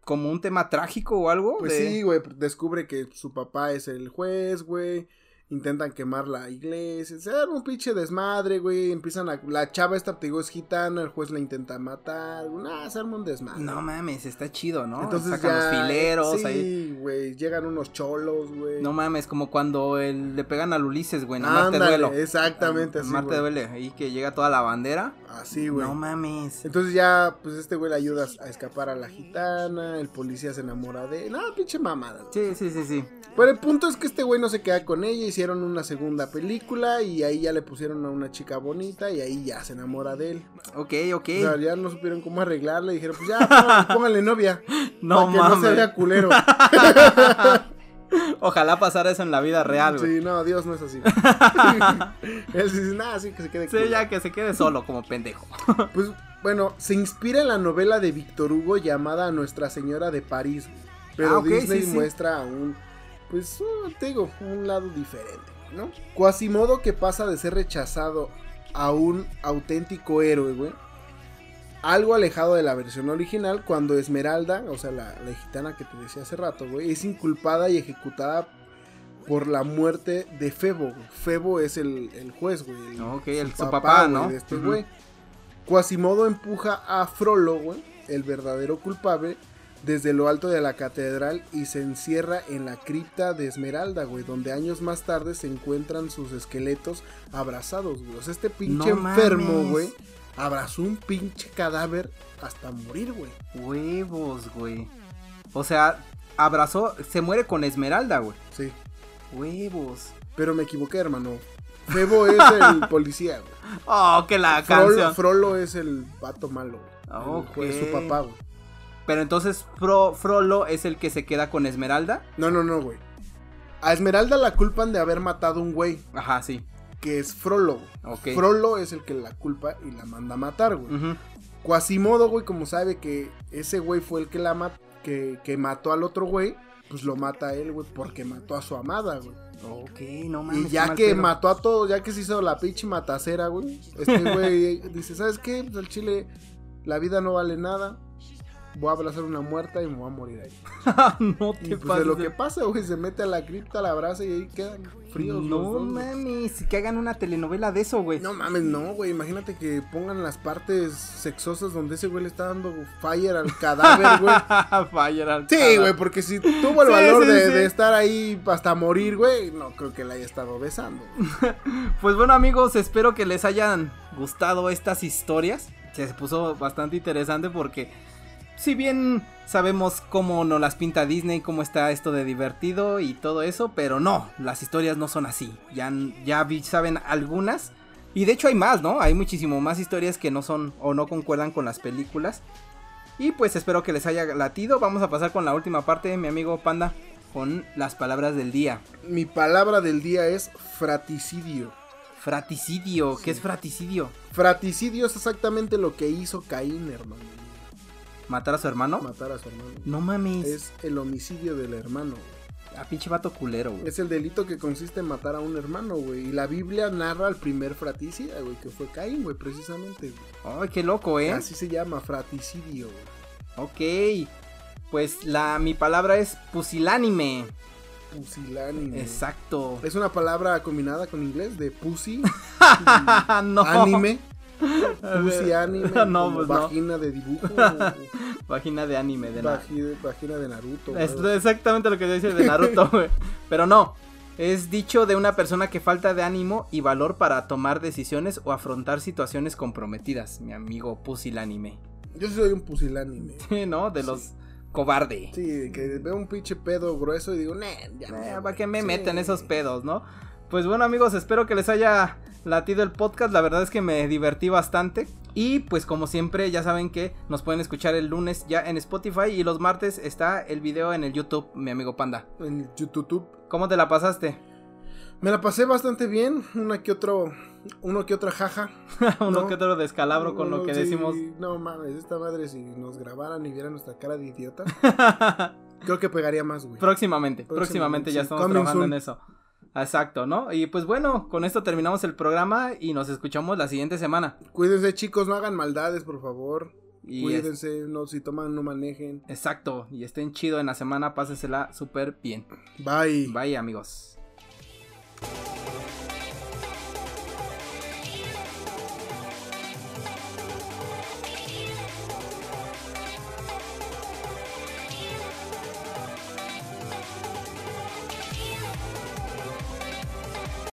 S1: como un tema trágico o algo.
S2: Pues
S1: de-
S2: sí, güey, descubre que su papá es el juez, güey. Intentan quemar la iglesia, se dan un pinche desmadre, güey. Empiezan a. La chava esta, te digo, es gitana, el juez la intenta matar. Nah, se arma un desmadre.
S1: No mames, está chido, ¿no?
S2: Entonces
S1: Sacan
S2: ya-
S1: los fileros
S2: sí,
S1: ahí.
S2: güey, llegan unos cholos, güey.
S1: No mames, como cuando el- le pegan al Ulises, güey. Nada más te
S2: Ándale,
S1: duelo.
S2: Exactamente así,
S1: Marte
S2: güey.
S1: duele. Ahí que llega toda la bandera.
S2: Así, güey.
S1: No mames.
S2: Entonces ya, pues este güey le ayuda a escapar a la gitana, el policía se enamora de... No, pinche mamada.
S1: Sí,
S2: güey.
S1: sí, sí, sí.
S2: Pero el punto es que este güey no se queda con ella, hicieron una segunda película y ahí ya le pusieron a una chica bonita y ahí ya se enamora de él.
S1: Ok, ok.
S2: O sea, ya no supieron cómo arreglarle, dijeron, pues ya, póngale, póngale novia.
S1: No
S2: para que no se
S1: mames.
S2: vea culero.
S1: Ojalá pasara eso en la vida real, güey.
S2: Sí, no, Dios no es así. Él sí dice, nada, sí que se quede
S1: Sí,
S2: culero".
S1: ya que se quede solo como pendejo.
S2: Pues bueno, se inspira en la novela de Víctor Hugo llamada Nuestra Señora de París. Pero
S1: Ah, ok,
S2: Disney
S1: sí, sí.
S2: muestra un, pues, un, te digo, un lado diferente, ¿no? Quasimodo que pasa de ser rechazado a un auténtico héroe, güey. Algo alejado de la versión original cuando Esmeralda, o sea, la, la gitana que te decía hace rato, güey, es inculpada y ejecutada por la muerte de Febo. güey. Febo es el, el juez, güey. el-
S1: Ok, el, su papá,
S2: güey,
S1: ¿no?
S2: de este
S1: Ujú.
S2: güey. Quasimodo empuja a Frollo, güey, el verdadero culpable, desde lo alto de la catedral y se encierra en la cripta de Esmeralda, güey, donde años más tarde se encuentran sus esqueletos abrazados, güey. O sea, este pinche
S1: No
S2: enfermo,
S1: mames.
S2: güey, abrazó un pinche cadáver hasta morir, güey.
S1: Huevos, güey. O sea, abrazó, se muere con Esmeralda, güey.
S2: Sí,
S1: Huevos.
S2: pero me equivoqué, hermano. Febo es el policía, güey.
S1: Oh, que la
S2: Frollo,
S1: canción.
S2: Frollo es el vato malo, güey.
S1: Ah,
S2: El
S1: ok.
S2: juez, su papá, güey.
S1: Pero entonces Fro- Frollo es el que se queda con Esmeralda.
S2: No, no, no, güey. A Esmeralda la culpan de haber matado a un güey,
S1: Ajá, sí.
S2: que es Frollo. güey.
S1: Ok. Mm.
S2: Frollo es el que la culpa y la manda a matar, güey.
S1: Ujú.
S2: Quasimodo, güey, como sabe que ese güey fue el que la ma- que, que mató al otro güey, pues lo mata a él, güey, porque mató a su amada, güey.
S1: Ok, no mames.
S2: Y
S1: qué
S2: ya
S1: mal
S2: que
S1: pedo.
S2: mató a todos, ya que se hizo la pinche matacera, güey, este güey dice, ¿sabes qué? Pues al chile la vida no vale nada. Voy a abrazar una muerta y me voy a morir ahí.
S1: no
S2: Y
S1: te
S2: pues de
S1: pases.
S2: lo que pasa, güey, se mete a la cripta, la abraza y ahí quedan fríos. los
S1: No
S2: dos, güey.
S1: mames, que hagan una telenovela de eso, güey.
S2: No mames, no, güey. Imagínate que pongan las partes sexosas donde ese güey le está dando fire al cadáver, güey.
S1: Fire al
S2: Sí,
S1: cadáver.
S2: güey, porque si tuvo el
S1: Sí,
S2: valor
S1: sí,
S2: de,
S1: sí.
S2: de estar ahí hasta morir, güey, no creo que la haya estado besando. güey.
S1: Pues bueno amigos, espero que les hayan gustado estas historias. Se puso bastante interesante porque si bien sabemos cómo nos las pinta Disney, cómo está esto de divertido y todo eso, pero no, las historias no son así. Ya, ya vi- saben algunas. Y de hecho hay más, ¿no? Hay muchísimo más historias que no son o no concuerdan con las películas. Y pues espero que les haya latido. Vamos a pasar con la última parte, mi amigo Panda, con las palabras del día.
S2: Mi palabra del día es fraticidio.
S1: Fraticidio, ¿qué es fraticidio?
S2: Fraticidio es exactamente lo que hizo Caín, hermano.
S1: ¿Matar a su hermano?
S2: Matar a su hermano.
S1: No mames.
S2: Es el homicidio del hermano, güey.
S1: A pinche vato culero, güey.
S2: Es el delito que consiste en matar a un hermano, güey. Y la Biblia narra al primer fraticida, güey, que fue Caín, güey, precisamente. güey.
S1: Ay, qué loco, ¿eh?
S2: Así se llama, fraticidio, güey.
S1: Ok. Pues la mi palabra es pusilánime.
S2: Pusilánime.
S1: Exacto.
S2: Mm. Es una palabra combinada con inglés de pussy,
S1: Ah, no.
S2: anime, pussy anime,
S1: No,
S2: como
S1: pues no.
S2: vagina de dibujo, o-
S1: Vagina de anime de
S2: o
S1: nada.
S2: vagi- vagina de Naruto. güey.
S1: Es exactamente lo que dice de Naruto, güey. Pero no. Es dicho de una persona que falta de ánimo y valor para tomar decisiones o afrontar situaciones comprometidas, mi amigo pusilánime.
S2: Yo sí soy un pusilánime.
S1: Sí, ¿No? De los cobarde.
S2: Sí, que veo un pinche pedo grueso y digo, nah, ya
S1: Eh,
S2: no,
S1: ¿Para qué me
S2: sí.
S1: meten esos pedos, no? Pues bueno amigos, espero que les haya latido el podcast, la verdad es que me divertí bastante y pues como siempre ya saben que nos pueden escuchar el lunes ya en Spotify y los martes está el video en el YouTube, mi amigo Panda.
S2: En YouTube.
S1: ¿Cómo te la pasaste?
S2: Me la pasé bastante bien, una que otro, uno que otra jaja.
S1: Uno
S2: No.
S1: que otro descalabro con lo
S2: Uno,
S1: que
S2: sí,
S1: decimos.
S2: No mames, esta madre si nos grabaran y vieran nuestra cara de idiota, creo que pegaría más, güey.
S1: próximamente, próximamente,
S2: Próximamente,
S1: ya
S2: sí.
S1: estamos
S2: Coming
S1: trabajando
S2: soon.
S1: en eso. Exacto, ¿no? Y pues bueno, con esto terminamos el programa y nos escuchamos la siguiente semana.
S2: Cuídense chicos, no hagan maldades, por favor.
S1: Y este, es-
S2: Cuídense, no si toman no manejen.
S1: exacto, y estén chido en la semana, pásensela súper bien.
S2: Bye.
S1: Bye amigos.